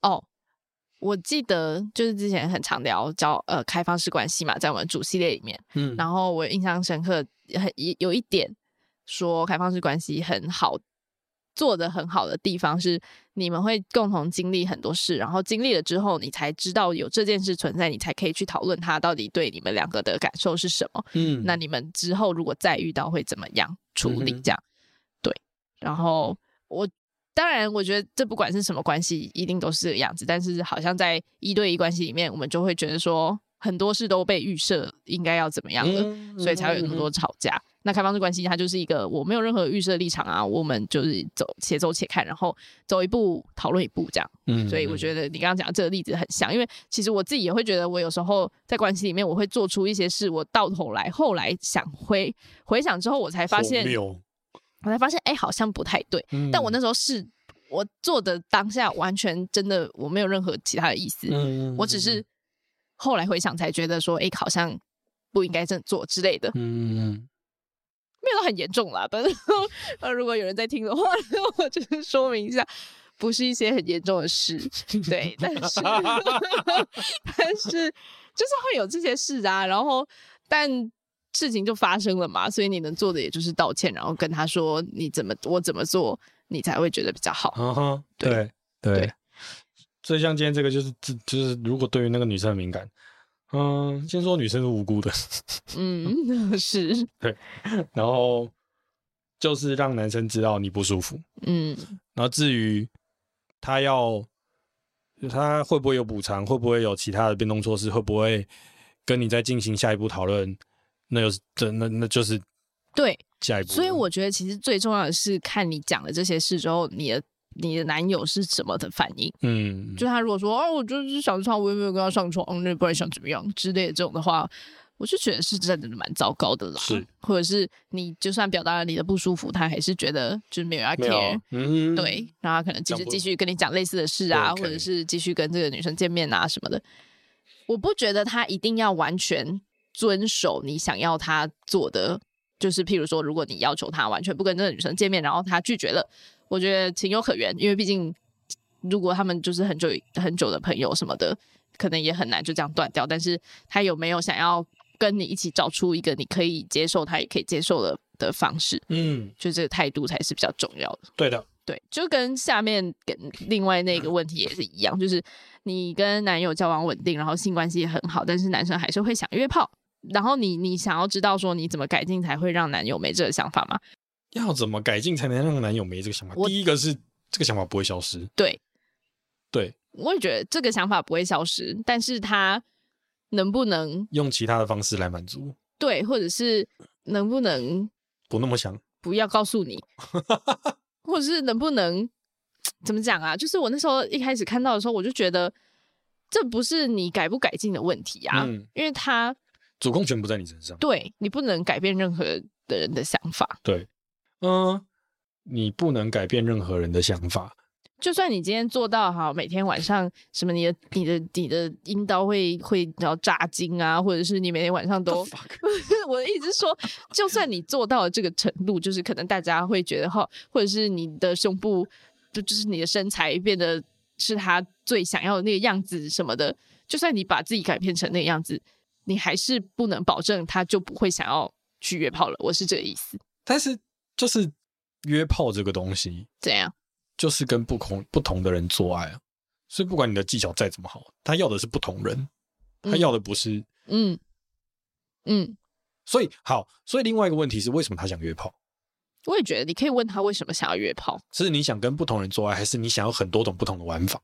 S3: 哦，我记得就是之前很常聊交呃开放式关系嘛，在我们主系列里面。
S4: 嗯
S3: 然后我印象深刻，很一有一点说开放式关系很好做的很好的地方是，你们会共同经历很多事，然后经历了之后，你才知道有这件事存在，你才可以去讨论它到底对你们两个的感受是什么。
S4: 嗯
S3: 那你们之后如果再遇到会怎么样处理？这样、对。然后我当然，我觉得这不管是什么关系，一定都是这个样子。但是好像在一对一关系里面，我们就会觉得说很多事都被预设应该要怎么样了，
S4: 嗯
S3: 所以才会有那么多
S4: 嗯
S3: 吵架。那开放式关系它就是一个我没有任何预设立场啊，我们就是走且走且看，然后走一步讨论一步这样。
S4: 嗯
S3: 所以我觉得你刚刚讲的这个例子很像，因为其实我自己也会觉得，我有时候在关系里面，我会做出一些事，我到头来后来想回回想之后，我才发现，我才发现，哎、好像不太对。
S4: 嗯
S3: 但我那时候是我做的当下，完全真的我没有任何其他的意思，
S4: 嗯
S3: 我只是后来回想才觉得说，哎、好像不应该这样做之类的，
S4: 嗯
S3: 没有到很严重啦。但是呃，如果有人在听的话，我只是说明一下，不是一些很严重的事，对，但是 但是就是会有这些事啊，然后但。事情就发生了嘛，所以你能做的也就是道歉，然后跟他说你怎么我怎么做，你才会觉得比较好。
S4: 啊哈，
S3: 对
S4: 对
S3: 对
S4: 对。所以像今天这个就是，这就是如果对于那个女生很敏感，嗯，先说女生是无辜的，
S3: 嗯， 是，
S4: 然后就是让男生知道你不舒服，
S3: 嗯
S4: 然后至于他要他会不会有补偿，会不会有其他的变动措施，会不会跟你再进行下一步讨论，那又是这那那就是，
S3: 对，
S4: 下一步了。
S3: 所以我觉得其实最重要的是看你讲了这些事之后，你的你的男友是什么的反应。
S4: 嗯，
S3: 就他如果说哦，我就是想上，我也没有跟他上床，那不然想怎么样之类的这种的话，我就觉得是真的蛮糟糕的啦。
S4: 是，
S3: 或者是你就算表达了你的不舒服，他还是觉得就是没有要
S4: 没
S3: care
S4: 有。，嗯，
S3: 对，然后他可能继续
S4: 讲不
S3: 继续跟你讲类似的事啊，
S4: 对
S3: 或
S4: ，OK
S3: 者是继续跟这个女生见面啊什么的。我不觉得他一定要完全遵守你想要他做的，就是譬如说，如果你要求他完全不跟这个女生见面，然后他拒绝了，我觉得情有可原，因为毕竟如果他们就是很久很久的朋友什么的，可能也很难就这样断掉。但是他有没有想要跟你一起找出一个你可以接受，他也可以接受的的方式，
S4: 嗯，
S3: 就这个态度才是比较重要的。
S4: 对的，
S3: 对，就跟下面跟另外那个问题也是一样，就是你跟男友交往稳定，然后性关系也很好，但是男生还是会想约炮。然后你你想要知道说你怎么改进才会让男友没这个想法吗？
S4: 要怎么改进才能让男友没这个想法？
S3: 我
S4: 第一个是这个想法不会消失，
S3: 对，
S4: 对，
S3: 我也觉得这个想法不会消失，但是他能不能
S4: 用其他的方式来满足，
S3: 对，或者是能不能
S4: 不那么想。
S3: 不要告诉你，或者是能不能怎么讲啊？就是我那时候一开始看到的时候，我就觉得这不是你改不改进的问题啊，
S4: 嗯
S3: 因为他
S4: 主控权不在你身上。
S3: 对你不能改变任何的人的想法。
S4: 对，嗯，你不能改变任何人的想法。
S3: 就算你今天做到好，每天晚上什么你的你的你的阴道会会然后扎精啊，或者是你每天晚上都
S4: The fuck？
S3: 我的意思是说，就算你做到了这个程度，就是可能大家会觉得哈，或者是你的胸部，就就是你的身材变得是他最想要的那个样子什么的，就算你把自己改变成那个样子，你还是不能保证他就不会想要去约炮了。我是这个意思，
S4: 但是就是约炮这个东西，
S3: 怎样？
S4: 就是跟不同不同的人做爱啊。所以不管你的技巧再怎么好，他要的是不同人，他要的不是。
S3: 嗯嗯，
S4: 所以好，所以另外一个问题是，为什么他想约炮？
S3: 我也觉得你可以问他为什么想要约炮，
S4: 是你想跟不同人做爱，还是你想要很多种不同的玩法？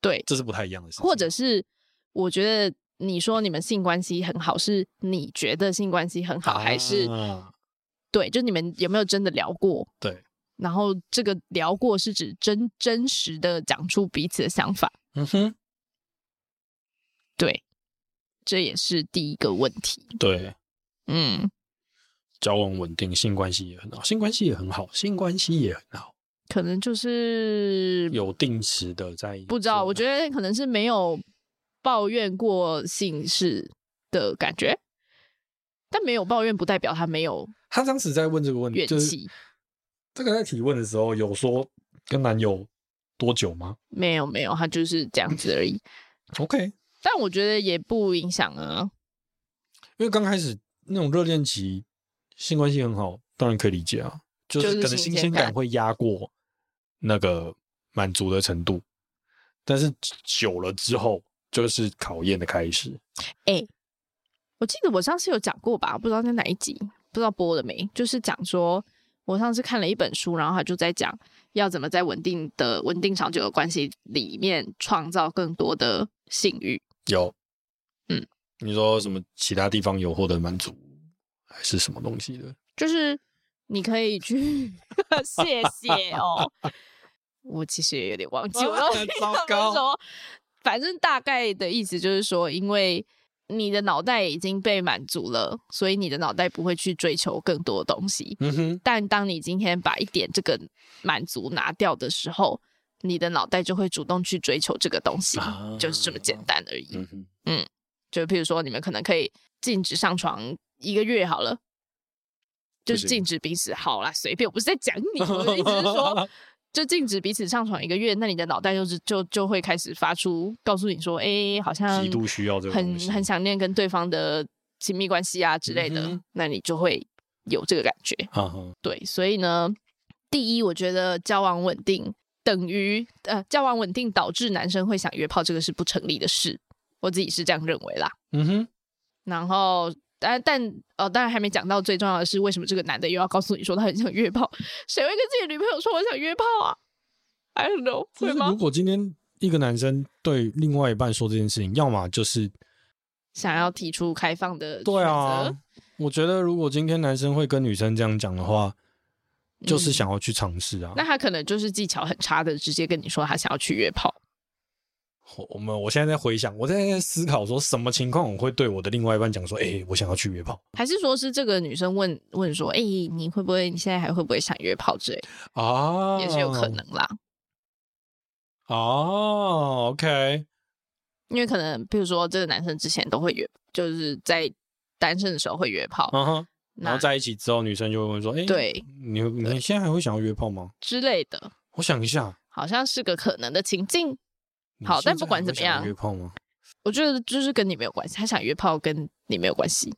S3: 对，
S4: 这是不太一样的事情。
S3: 或者是我觉得你说你们性关系很好，是你觉得性关系很好，还是？
S4: 啊
S3: 对，就你们有没有真的聊过？
S4: 对，
S3: 然后这个聊过是指真真实的讲出彼此的想法，
S4: 嗯哼，
S3: 对，这也是第一个问题。
S4: 对。
S3: 嗯，
S4: 交往稳定，性关系也很好，性关系也很好，性关系也很好，
S3: 可能就是
S4: 有定时的在
S3: 不知道，我觉
S4: 得
S3: 得可能是没有抱怨过性事的感觉，但没有抱怨不代表他没有
S4: 他当时在问这个问题，
S3: 怨
S4: 就是
S3: 气，
S4: 这个在提问的时候有说跟男友多久吗
S3: 没有没有，他就是这样子而 已。
S4: ？OK，因
S3: 但我觉得也不影响啊，
S4: 为刚开始那种热恋期，性关系很好，当然可以理解啊，就
S3: 就是
S4: 是可能
S3: 新
S4: 新
S3: 鲜
S4: 鲜
S3: 感
S4: 感会压过那个满足的程度，但是久了之后就是考验的开始。
S3: 我记得我上次有讲过吧，不知道在哪一集，不知道播了没，就是讲说我上次看了一本书，然后他就在讲要怎么在稳定的、稳定长久的关系里面创造更多的性欲。
S4: 有，
S3: 嗯，
S4: 你说什么其他地方有获得满足，还是什么东西的？
S3: 就是你可以去， 谢谢哦。我其实也有点忘记我要
S4: 糟糕
S3: 说，反正大概的意思就是说，因为你的脑袋已经被满足了，所以你的脑袋不会去追求更多的东西。
S4: 嗯哼，
S3: 但当你今天把一点这个满足拿掉的时候，你的脑袋就会主动去追求这个东西，
S4: 啊
S3: 就是这么简单而已。
S4: 嗯哼，
S3: 就譬如说，你们可能可以禁止上床一个月好了，就是
S4: 不行
S3: 禁止彼此好啦，随便，我不是在讲你， 我的意思是 说，就禁止彼此上床一个月，那你的脑袋就是就就会开始发出告诉你说，哎、好像
S4: 极度需要这个东
S3: 很
S4: 西，
S3: 很想念跟对方的亲密关系啊之类的，
S4: 嗯哼
S3: 那你就会有这个感觉。
S4: 啊哈，
S3: 对，所以呢，第一，我觉得交往稳定等于呃，交往稳定导致男生会想约炮，这个是不成立的事，我自己是这样认为啦。
S4: 嗯哼，
S3: 然后，但但呃，当然还没讲到最重要的是，为什么这个男的又要告诉你说他很想约炮？谁会跟自己的女朋友说我想约炮啊？I don't know，
S4: 就
S3: 会
S4: 是如
S3: 吗？
S4: 果今天一个男生对另外一半说这件事情，要么就是
S3: 想要提出开放的选择，
S4: 对啊，我觉得如果今天男生会跟女生这样讲的话，就是想要去尝试啊。
S3: 嗯那他可能就是技巧很差的，直接跟你说他想要去约炮。
S4: 我我们我现在在回想，我现在在思考说什么情况我会对我的另外一半讲说，哎、我想要去约炮
S3: 还是说是这个女生问问说，哎、你会不会你现在还会不会想约炮之类的，
S4: 啊，
S3: 也是有可能啦。
S4: 哦。OK，
S3: 因为可能，比如说这个男生之前都会约，就是在单身的时候会约炮，
S4: 嗯哼，
S3: 哦那
S4: 然后在一起之后，女生就会问说，哎、
S3: 对
S4: 你你现在还会想要约炮吗？
S3: 之类的，
S4: 我想一下，
S3: 好像是个可能的情境。
S4: 你
S3: 好
S4: 现
S3: 但
S4: 在
S3: 不管
S4: 还
S3: 怎
S4: 会
S3: 么
S4: 想要
S3: 样
S4: 约炮吗？
S3: 我觉得就是跟你没有关系，他想约炮跟你没有关系。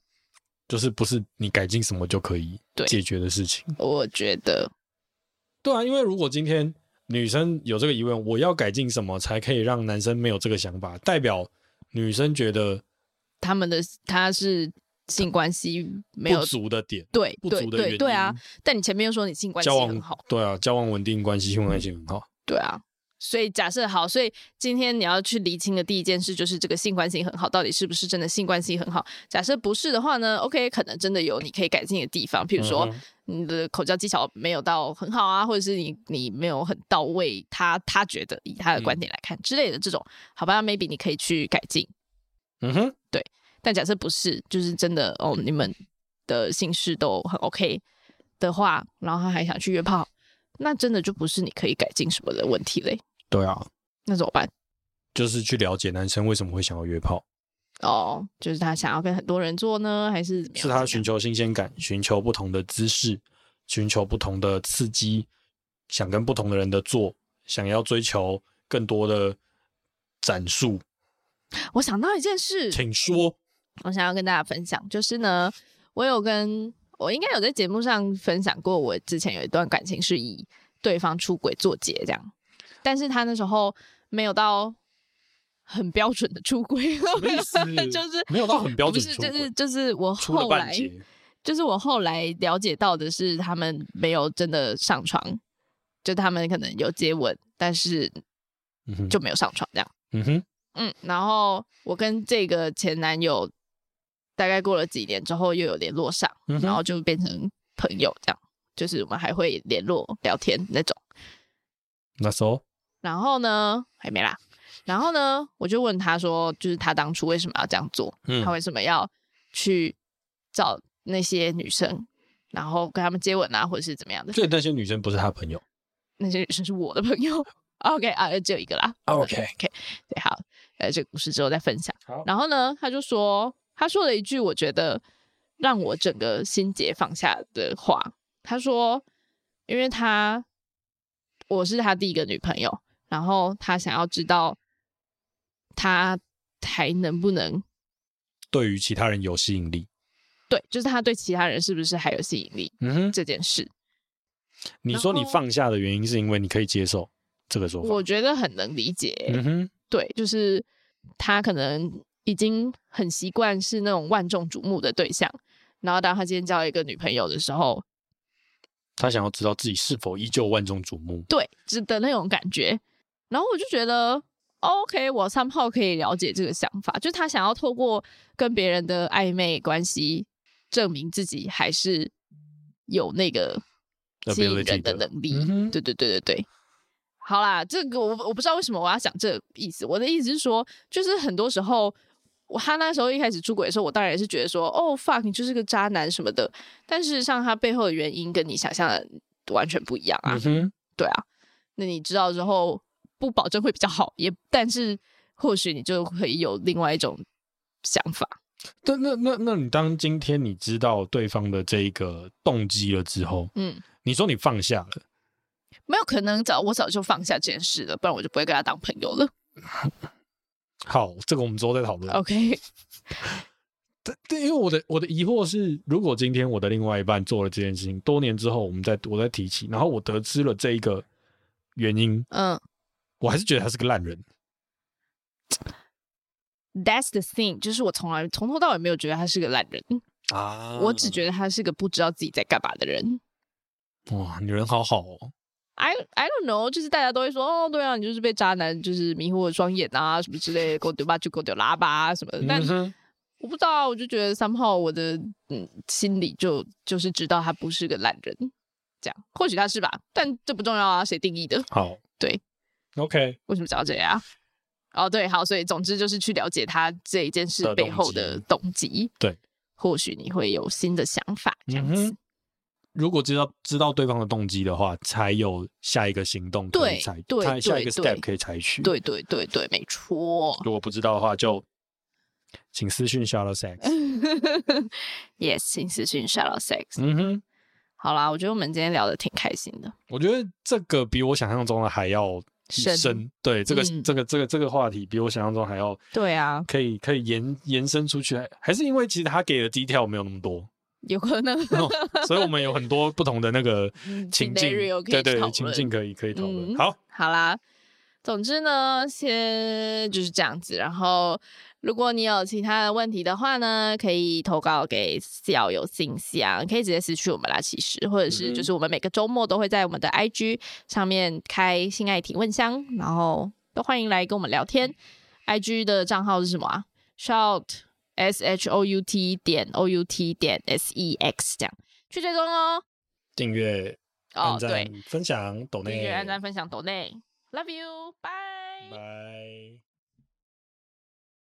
S4: 就是不是你改进什么就可以
S3: 对
S4: 解决的事情。
S3: 我觉得
S4: 对啊，因为如果今天女生有这个疑问，我要改进什么才可以让男生没有这个想法？代表女生觉得
S3: 他们的他是性关系没有
S4: 不足的点，
S3: 对
S4: 不
S3: 对
S4: 足的原
S3: 对
S4: 因
S3: 对啊，但你前面又说你性关系
S4: 交
S3: 很
S4: 往
S3: 好，嗯
S4: 对啊，交往稳定关系，性关系很好。
S3: 对啊。所以假设好，所以今天你要去厘清的第一件事就是这个性关系很好，到底是不是真的性关系很好？假设不是的话呢，OK，可能真的有你可以改进的地方，譬如说、
S4: 嗯哼
S3: 你的口交技巧没有到很好啊，或者是你你没有很到位，他他觉得以他的观点来看、之类的这种，好吧，maybe 你可以去改进。
S4: 嗯哼，
S3: 但假设不是，就是真的哦，你们的性事都很 OK 的话，然后他还想去约炮，那真的就不是你可以改进什么的问题嘞，
S4: 对啊，
S3: 那怎么办？
S4: 就是去了解男生为什么会想要约炮，
S3: 哦，就是他想要跟很多人做呢，还是怎么样
S4: 是他寻求新鲜感，寻求不同的姿势，寻求不同的刺激，想跟不同的人的做，想要追求更多的展述，
S3: 我想到一件事，
S4: 请说。
S3: 我想要跟大家分享，就是呢，我有跟我应该有在节目上分享过，我之前有一段感情是以对方出轨作结这样，但是他那时候没有到很标准的出轨，
S4: 么意思
S3: 就是
S4: 没有到很标准
S3: 不是
S4: 出轨
S3: 就是就是我
S4: 出了
S3: 后
S4: 半
S3: 来
S4: 截，
S3: 就是我后来了解到的是，他们没有真的上床，就他们可能有接吻，但是
S4: 嗯哼
S3: 就没有上床这样。
S4: 嗯哼，
S3: 嗯，然后我跟这个前男友大概过了几年之后又有联络上，
S4: 嗯哼
S3: 然后就变成朋友这样，就是我们还会联络聊天那种。
S4: 那时候
S3: 然后呢，还没啦。然后呢，我就问他说，就是他当初为什么要这样做？
S4: 嗯
S3: 他为什么要去找那些女生，然后跟他们接吻啊，或者是怎么样的？
S4: 所以那些女生不是他朋友。
S3: 那些女生是我的朋友。OK 啊，只有一个啦。
S4: OK
S3: OK，对，好，呃，这个故事之后再分享。
S4: 好
S3: 然后呢，他就说，他说了一句我觉得让我整个心结放下的话。他说，因为他我是他第一个女朋友，然后他想要知道他还能不能
S4: 对于其他人有吸引力。
S3: 对，就是他对其他人是不是还有吸引力
S4: 嗯哼，
S3: 这件事。
S4: 你说你
S3: 然后
S4: 放下的原因是因为你可以接受这个说法。
S3: 我觉得很能理解、
S4: 嗯哼，
S3: 对，就是他可能已经很习惯是那种万众瞩目的对象，然后当他今天交一个女朋友的时候，
S4: 他想要知道自己是否依旧万众瞩目。
S3: 对，只的那种感觉。然后我就觉得，OK，我 somehow 可以了解这个想法，就是他想要透过跟别人的暧昧关系，证明自己还是有那个吸引
S4: Ability
S3: 人的
S4: 的
S3: 能力。
S4: 嗯哼
S3: 对对对对对。好啦，这个我我不知道为什么我要讲这个意思。我的意思是说，就是很多时候，我他那时候一开始出轨的时候，我当然也是觉得说，哦 fuck，你就是个渣男什么的。但事实上，他背后的原因跟你想象的完全不一样啊。
S4: 嗯哼，
S3: 对啊，那你知道之后不保证会比较好，也但是或许你就会有另外一种想法。
S4: 但那那那你当今天你知道对方的这一个动机了之后，
S3: 嗯，
S4: 你说你放下了，
S3: 没有可能早我早就放下这件事了，不然我就不会跟他当朋友了。
S4: 好，这个我们之后再讨论。
S3: OK，
S4: 但但因为我的我的疑惑是，如果今天我的另外一半做了这件事情，多年之后我们再我再提起，然后我得知了这一个原因，
S3: 嗯
S4: 我还是觉得他是个烂人。
S3: ，That's the thing，就是我从来从头到尾没有觉得他是个烂人，
S4: 啊
S3: 我只觉得他是个不知道自己在干嘛的人。
S4: 得哇，你人好好哦，
S3: I I don't know，就是大家都会说哦，对啊，你就是被渣男就是迷惑了双眼啊，什么之类的，给我丢吧就给我丢喇叭啊什么的。但
S4: 嗯哼
S3: 我不知道啊，我就觉得 somehow 我的嗯心里就就是知道他不是个烂人，这样或许他是吧，但这不重要啊，谁定义的？
S4: 好，
S3: 对
S4: ，OK，
S3: 为什么讲这样？哦，对，好，所以总之就是去了解他这一件事
S4: 的动
S3: 背后的
S4: 机
S3: 动机，
S4: 对，
S3: 或许你会有新的想法，这样子。
S4: 嗯哼如果知道知道对方的动机的话，才有下一个行动可以
S3: 对
S4: 采，
S3: 对
S4: 他下一
S3: 对对
S4: 个 step 可以采取。，
S3: 对对对对，没错。
S4: 如果不知道的话，就请私讯 Shallow Sex。
S3: yes，请私讯 Shadow Sex。
S4: 嗯哼，
S3: 好啦，我觉得我们今天聊的挺开心的。
S4: 我觉得这个比我想象中的还要
S3: 深
S4: 深。对，这个、
S3: 嗯
S4: 这个这个这个话题比我想象中还要
S3: 对啊，
S4: 可以可以延延伸出去，还还是因为其实他给的 detail 没有那么多，
S3: 有可能
S4: 所以我们有很多不同的那个
S3: 嗯
S4: 情境，
S3: scenario 可以讨
S4: 对对，
S3: 论
S4: 情境可以可以讨论。
S3: 嗯
S4: 好，
S3: 好啦，总之呢，先就是这样子。然后，如果你有其他的问题的话呢，可以投稿给四瑶有信箱，可以直接私去我们啦。其实，或者是
S4: 嗯哼
S3: 就是我们每个周末都会在我们的 IG 上面开性爱提问箱，然后都欢迎来跟我们聊天。IG 的账号是什么啊？Shout S H O U T 点 O U T 点 S E X 这样去追踪哦。
S4: 订阅、
S3: 哦
S4: 按，
S3: 对
S4: 赞、，分享、抖内、
S3: 订阅、按赞、分享、抖内，Love you，拜。
S4: 拜。